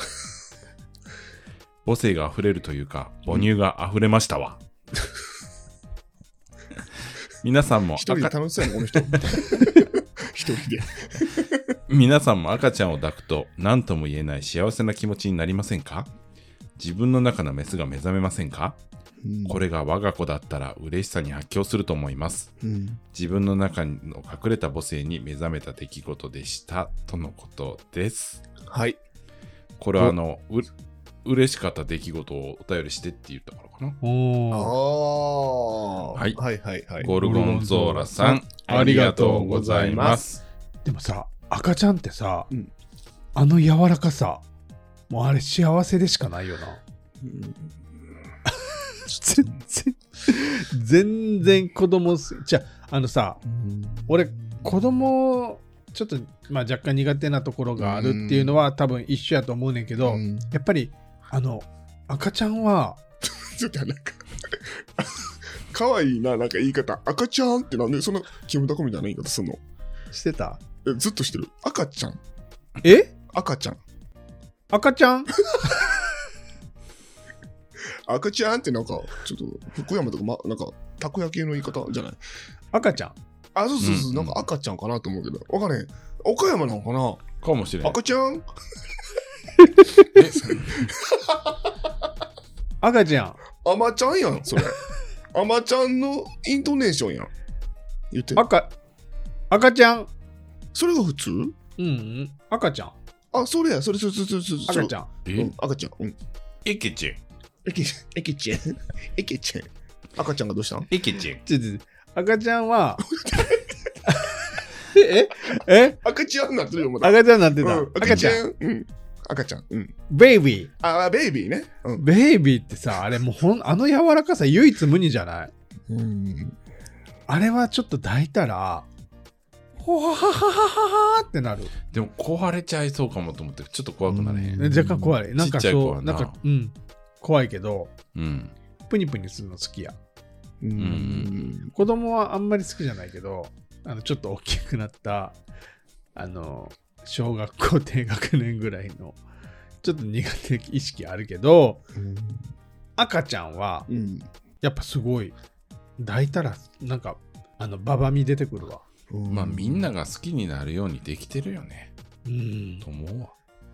Speaker 1: 母性が溢れるというか、母乳が溢れましたわ。皆さ (laughs) んも
Speaker 2: 一人で
Speaker 1: 赤
Speaker 2: 楽しそうやな、この人。一人で。
Speaker 1: 皆さんも赤ちゃんを抱くと何とも言えない幸せな気持ちになりませんか自分の中のメスが目覚めませんかこれが我が子だったら嬉しさに発狂すると思います。
Speaker 2: うん
Speaker 1: 自分の中の隠れた母性に目覚めた出来事でした。とのことです。
Speaker 2: はい。
Speaker 1: これはあの、う嬉しかった出来事をお便りしてって言ったからかな。
Speaker 2: あ
Speaker 3: お
Speaker 1: は
Speaker 2: あ。
Speaker 3: ー
Speaker 2: はいいはいはい。
Speaker 1: ゴルゴンゾーラさん、ありがとうございます。
Speaker 3: でもさ、赤ちゃんってさ、
Speaker 2: うん
Speaker 3: あの柔らかさ、もうあれ幸せでしかないよな。
Speaker 2: うん
Speaker 3: (laughs) 全然、全然子供す、じゃあ、あのさ、俺子供ちょっと、まあ、若干苦手なところがあるっていうのは、多分一緒やと思うねんけど、
Speaker 2: うん
Speaker 3: やっぱりあの赤ちゃんは
Speaker 2: ちょっとなんか。 (laughs) 可愛いな、なんか言い方。赤ちゃんってなんでそんなキムタコみたいな言い方すんの
Speaker 3: してた
Speaker 2: えずっとしてる。赤ちゃん。
Speaker 3: え
Speaker 2: 赤ちゃん。
Speaker 3: 赤ちゃん
Speaker 2: 赤ちゃんってなんか、ちょっと福山とか、ま、なんか、たこ焼きの言い方じゃない
Speaker 3: 赤ちゃん
Speaker 2: あ、そうそうそう、
Speaker 1: うん
Speaker 2: なんか赤ちゃんかなと思うけど。わかんねえ。岡山なのかな
Speaker 1: かもしれん。
Speaker 2: 赤ちゃん
Speaker 3: 赤ちゃん
Speaker 2: アマちゃんやん、そ (laughs) れ。アマちゃんのイントネーションやん。言って。
Speaker 3: 赤赤ちゃん
Speaker 2: それが普通
Speaker 3: うんうん赤ちゃん
Speaker 2: あ、それや、それ、それ、それ、それ、それ。
Speaker 3: 赤ち
Speaker 2: ゃ
Speaker 3: ゃん
Speaker 2: う
Speaker 1: え
Speaker 2: ん、赤ちゃん。うん。
Speaker 1: イケチェン。
Speaker 2: えけ、えけ (laughs) ちゃん。えけちゃん。赤ちゃんがどうしたん
Speaker 1: イケチェン。
Speaker 3: ちょちょちょ赤ちゃん (laughs) はええ
Speaker 2: 赤ちゃんになってるよ、まだ。
Speaker 3: 赤ちゃんなんてた、
Speaker 2: うん
Speaker 3: 赤ちゃん
Speaker 2: ん。うん。赤ちゃん。うん。
Speaker 3: ベイビー
Speaker 2: あ、ベイビーね。うん。
Speaker 3: ベイビーってさあれもうほんあの柔らかさ唯一無二じゃない
Speaker 2: うん。
Speaker 3: あれはちょっと抱いたら、ほはははははってなる。
Speaker 1: でも壊れちゃいそうかもと思って、ちょっと怖くなれへん。
Speaker 2: うん
Speaker 3: 若干怖い。なんか
Speaker 1: ちっちゃい子
Speaker 3: そ
Speaker 1: は
Speaker 3: う、
Speaker 1: な
Speaker 3: なんか、うん、怖いけど、
Speaker 1: うん。
Speaker 3: プニプニするの好きや。
Speaker 2: うんん。
Speaker 3: 子供はあんまり好きじゃないけど、あのちょっと大きくなった、あの、小学校低学年ぐらいの、ちょっと苦手意識あるけど、赤ちゃんは、
Speaker 2: うん。
Speaker 3: やっぱすごい、抱いたら、なんか、あの、ババみ出てくるわ。
Speaker 2: うん
Speaker 1: まあみんなが好きになるようにできてるよね。
Speaker 3: うん。
Speaker 1: と思うわ。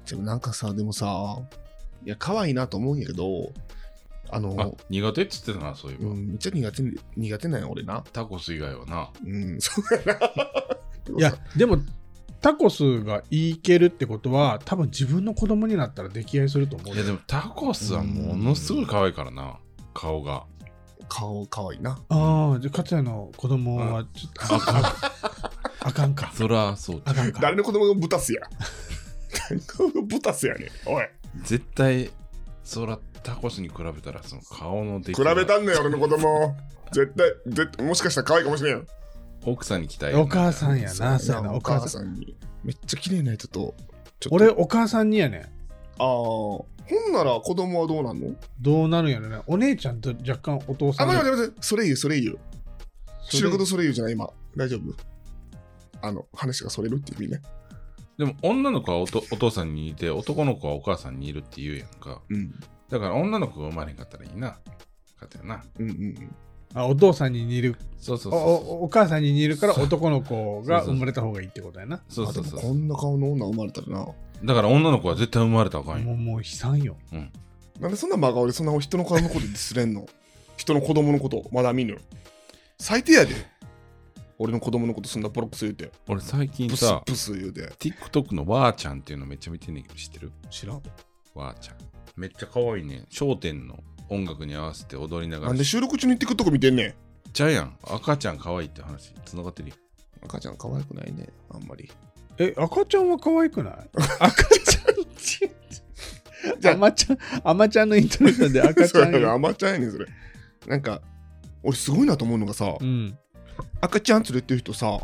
Speaker 2: でもなんかさでもさいや可愛いなと思うんやけどあ
Speaker 1: あ
Speaker 2: の、
Speaker 1: 苦手って言ってたな、そういえ
Speaker 2: う
Speaker 1: ば。
Speaker 2: ん、めっちゃ苦手苦手なんや俺な
Speaker 1: タコス以外はな。
Speaker 2: うんそう
Speaker 4: (laughs)
Speaker 2: やなでも
Speaker 3: い
Speaker 2: さ
Speaker 3: やでもタコスがいけるってことは多分自分の子供になったら溺愛すると思う
Speaker 1: いやでもタコスはものすごい可愛いからな、顔が。
Speaker 2: 顔可愛いな
Speaker 3: ああじゃあ勝也の子供はちょっとあかんあかんか
Speaker 1: そりゃそう。
Speaker 3: あかんか
Speaker 2: 誰の子供がブタスや誰の子供がブタスやねんおい
Speaker 1: 絶対そらタコスに比べたらその顔の出来
Speaker 4: 比
Speaker 1: が
Speaker 4: べたんだよ、俺の子供。絶対、絶対もしかしたら可愛いかもしれんよ。
Speaker 1: 奥さんに期待
Speaker 3: お母さんやな、
Speaker 2: そ
Speaker 3: そ
Speaker 2: やな
Speaker 3: ううやな、
Speaker 2: お
Speaker 3: お
Speaker 2: 母
Speaker 3: 母
Speaker 2: さん
Speaker 3: さん。
Speaker 4: に。
Speaker 2: めっちゃ綺麗な人と、ちょっと
Speaker 3: 俺、お母さんにやねん。
Speaker 2: ああ、ほんなら子供はどうなんの
Speaker 3: どうなるんやろね。お姉ちゃんと若干お父さ
Speaker 2: あ、
Speaker 3: ん。
Speaker 2: 待って待って待って、それ言う、それ言う。
Speaker 3: それ
Speaker 2: 知ることそれ言うじゃない、今。大丈夫あの、話がそれるっていう意味ね。
Speaker 1: でも女の子はおとお父さんに似て男の子はお母さんにいるって言うやんか
Speaker 2: うん。
Speaker 1: だから女の子が生まれんかったらいいなかったよな
Speaker 2: うんうん
Speaker 3: あお父さんに似る
Speaker 1: そうそう
Speaker 3: お
Speaker 1: そう
Speaker 3: お。お母さんに似るから男の子が生まれた方がいいってことやな。
Speaker 1: そう
Speaker 2: あ
Speaker 1: そ
Speaker 2: で
Speaker 1: う
Speaker 2: も
Speaker 1: そう
Speaker 2: こんな顔の女生まれたらな。
Speaker 1: だから女の子は絶対生まれたらあかんよ
Speaker 3: もうもう悲惨よ。
Speaker 2: なんでそんな真顔でそんな人の顔のことディスれんの (laughs) 人の子供のことまだ見ぬ。最低やで。俺の子供のことそんなボロクソ言うて。
Speaker 1: 俺最近
Speaker 2: ブス
Speaker 1: さ
Speaker 2: ブス言うて。
Speaker 1: TikTok のわーちゃんっていうのめっちゃ見てんねんけど知ってる
Speaker 2: 知らん。
Speaker 1: わーちゃんめっちゃ可愛いねん商店の音楽に合わせて踊りなが
Speaker 2: な
Speaker 1: ら
Speaker 2: んで収録中に TikTok 見てんねん。
Speaker 1: ちゃうやん赤ちゃん可愛いって話つながってるよ
Speaker 2: 赤ちゃん可愛くないね。あんまり。
Speaker 3: え、赤ちゃんは可愛くない赤ちゃん
Speaker 2: じゃあ
Speaker 3: あまちゃん、あまちゃんのイントネーションで赤ちゃ
Speaker 2: そ
Speaker 3: ん
Speaker 2: れ
Speaker 3: よ。
Speaker 2: 甘ちゃんやねん、それ。なんか、俺すごいなと思うのがさ、
Speaker 3: うん。
Speaker 2: 赤ちゃん連れてる人さ、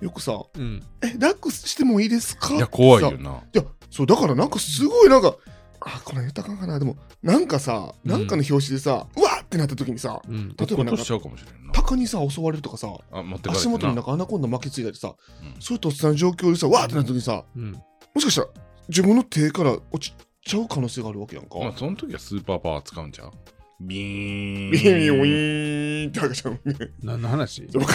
Speaker 2: よくさ、
Speaker 3: うん。
Speaker 2: え、抱っこしてもいいですか
Speaker 1: いや怖い
Speaker 2: さ
Speaker 1: よない
Speaker 2: や、そう、だからなんかすごいなんか、あ、この言ったらあかんかな。でも、なんかさ、
Speaker 3: うん
Speaker 2: なんかの表紙でさ、うわーってなった時にさ、
Speaker 3: うん。
Speaker 2: 例えばなん
Speaker 1: 落と
Speaker 2: か
Speaker 1: し、ちゃうかもしれんな
Speaker 2: 鷹にさ、襲われるとかさ、
Speaker 1: あ持ってかれ
Speaker 2: 足
Speaker 1: て
Speaker 2: 元になん
Speaker 1: な
Speaker 2: かアナコンダ巻きついたりさ、
Speaker 1: うん
Speaker 2: そういうとっさの状況でさ、わーってなった時にさ、
Speaker 3: うん。
Speaker 2: もしかしたら自分の手から落ちちゃう可能性があるわけやんか。
Speaker 1: まあその時はスーパーパワー使うんちゃうビーン
Speaker 2: ビーンウィーンって赤ちゃんね。
Speaker 3: 何の話
Speaker 2: わか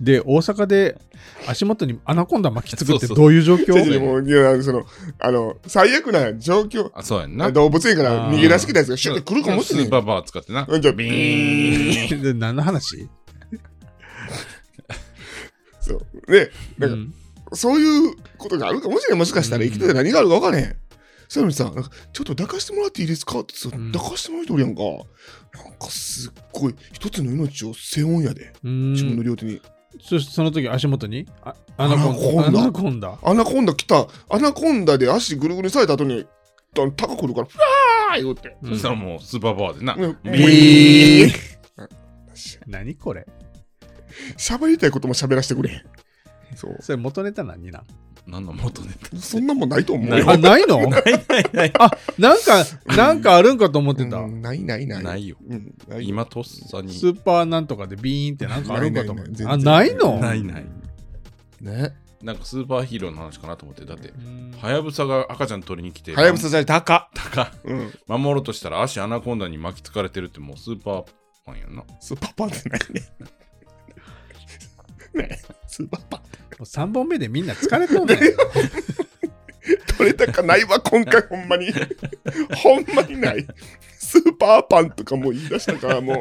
Speaker 3: で、大阪で足元にアナコンダ巻きつくっ
Speaker 1: そう
Speaker 3: て
Speaker 1: そう
Speaker 3: どういう状況
Speaker 1: そう
Speaker 2: いやいやもういやそのあの最悪な状況
Speaker 1: あそうやんな
Speaker 2: 動物園から逃げ出してきたやつがシュッて来るかもしれ
Speaker 1: スー
Speaker 2: な
Speaker 1: パ
Speaker 2: い
Speaker 1: ーパワー使ってな
Speaker 2: うんじゃあ
Speaker 1: ビーン
Speaker 3: で何の話
Speaker 2: そうでなんか、
Speaker 3: うん
Speaker 2: そういうことがあるかもしれないもしかしたら
Speaker 3: うん
Speaker 2: 生きてて何があるか分からへんそういうのにさなんかちょっと抱かしてもらっていいですかってさ
Speaker 3: ん
Speaker 2: 抱かしてもらう人おるやんかなんかすっごい一つの命を背負うんやで
Speaker 3: うん
Speaker 2: 自分の両手に
Speaker 3: そその時足元にあアナコ
Speaker 2: アナコン
Speaker 3: ン
Speaker 2: ダ
Speaker 3: ダアナコ
Speaker 2: アナコ
Speaker 3: ンダ
Speaker 2: ンダ来たアナコンダで足ぐるぐるにされた後にあの高くるからファー言うて
Speaker 3: うん
Speaker 1: そしたらもうスーパーパワーでな
Speaker 2: うん
Speaker 1: ビーン
Speaker 3: 何これ
Speaker 2: 喋りたいことも喋らせてくれへんそう
Speaker 3: それ元ネタ何なん
Speaker 1: 何の元ネ
Speaker 2: そんなもんないと思う
Speaker 1: ない
Speaker 2: よ。
Speaker 3: あないのあなんかなんかあるんかと思ってた、
Speaker 2: うんないないな
Speaker 1: タ
Speaker 2: い。
Speaker 1: ないよ
Speaker 2: うん、ない
Speaker 1: 今とっさに
Speaker 3: スーパーなんとかでビーンってなんかあるんかと思っ
Speaker 2: ない
Speaker 3: て
Speaker 2: ないな
Speaker 3: あ
Speaker 2: い
Speaker 3: ない
Speaker 2: 全
Speaker 3: の
Speaker 2: 然
Speaker 1: ないない
Speaker 2: ね。
Speaker 1: なんかスーパーヒーローの話かなと思ってだって
Speaker 3: うん
Speaker 1: はやぶさが赤ちゃん取りに来て
Speaker 2: はやぶさじゃたか。
Speaker 1: 高
Speaker 2: うん。
Speaker 1: 守ろうとしたら足アナコンダに巻きつかれてるってもうスーパーパンやんな
Speaker 2: スーパーパンってない (laughs) ね。ねスーパーパン。
Speaker 3: もう3本目でみんな疲れとんねん
Speaker 2: 取れたかないわ、今 (laughs) 回ほんまに。ほんまにない。スーパーパンとかもう言い出したからもう。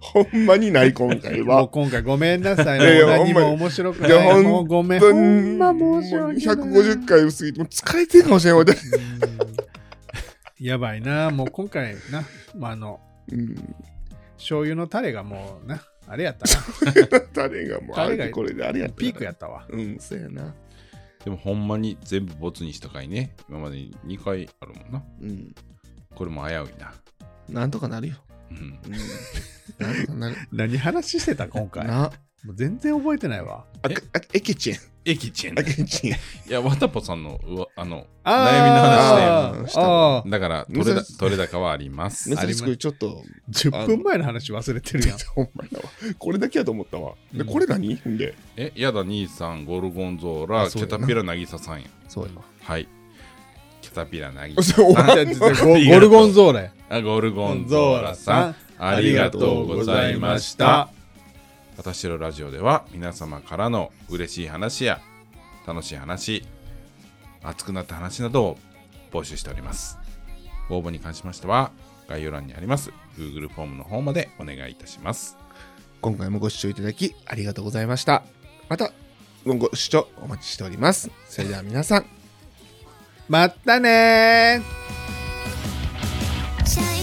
Speaker 2: ほんまにない、今回
Speaker 3: もう
Speaker 2: は。
Speaker 3: 今回ごめんなさい
Speaker 2: いやいや
Speaker 3: ね何
Speaker 2: ほ
Speaker 3: も
Speaker 2: ん
Speaker 3: 面白く
Speaker 2: いや
Speaker 3: な
Speaker 2: ほん
Speaker 3: いもうごめん
Speaker 2: ほ
Speaker 3: ほ
Speaker 2: ん
Speaker 3: ん
Speaker 2: ま
Speaker 3: ま
Speaker 2: もう
Speaker 3: 申し訳ない
Speaker 2: 150回過ぎて、もう疲れてるかもしれない。俺
Speaker 3: うんやばいなもう今回な、まあ、あの
Speaker 2: うん。
Speaker 3: 醤油のタレがもうなあれやったな
Speaker 2: 誰がもう、あれでこれであれやったから
Speaker 3: ピークやったわ
Speaker 2: うん、そうやな。
Speaker 1: でもほんまに全部ボツにしたかいね今までに2回あるもんな
Speaker 2: うん。
Speaker 1: これも危ういな
Speaker 2: なんとかなるよ。
Speaker 1: うん
Speaker 2: うん。 (laughs) なんとかなる。
Speaker 3: 何話してた今回
Speaker 2: な。
Speaker 3: もう全然覚えてないわ
Speaker 2: あかあエケチェン。
Speaker 1: エキチェン
Speaker 2: エケ (laughs) チェン。
Speaker 1: いやわたぽさんのうわあの
Speaker 3: あ
Speaker 1: 悩
Speaker 3: ー
Speaker 2: みの話だよ
Speaker 3: あー
Speaker 1: だから取れ
Speaker 2: 難
Speaker 1: だ
Speaker 2: しい
Speaker 1: 取れ高はあります
Speaker 2: 珍しくちょっと、
Speaker 3: 10分前の話忘れてるやん。
Speaker 2: (laughs)
Speaker 1: (laughs)
Speaker 2: ほんまやわ。これだけやと思ったわ。で、
Speaker 3: うん
Speaker 2: これ何ほんで。
Speaker 1: えやだ兄さんゴルゴンゾーラ
Speaker 2: あそ
Speaker 1: キ
Speaker 2: う
Speaker 1: ャ
Speaker 2: やな
Speaker 1: タピラ渚さんや
Speaker 2: そうや
Speaker 1: はいキャタピラ渚
Speaker 2: わ。
Speaker 3: (laughs)
Speaker 2: そう、お
Speaker 1: あ
Speaker 2: 前
Speaker 1: りがとう
Speaker 3: ゴゴルゴンゾーレ。
Speaker 1: あゴルゴンゾーラさんありがとうございました。私のラジオでは皆様からの嬉しい話や楽しい話熱くなった話などを募集しておりますご応募に関しましては概要欄にあります Google フォームの方までお願いいたします
Speaker 2: 今回もご視聴いただきありがとうございました。また、ご視聴お待ちしております。それでは皆さん、
Speaker 3: まったねー。
Speaker 5: Shine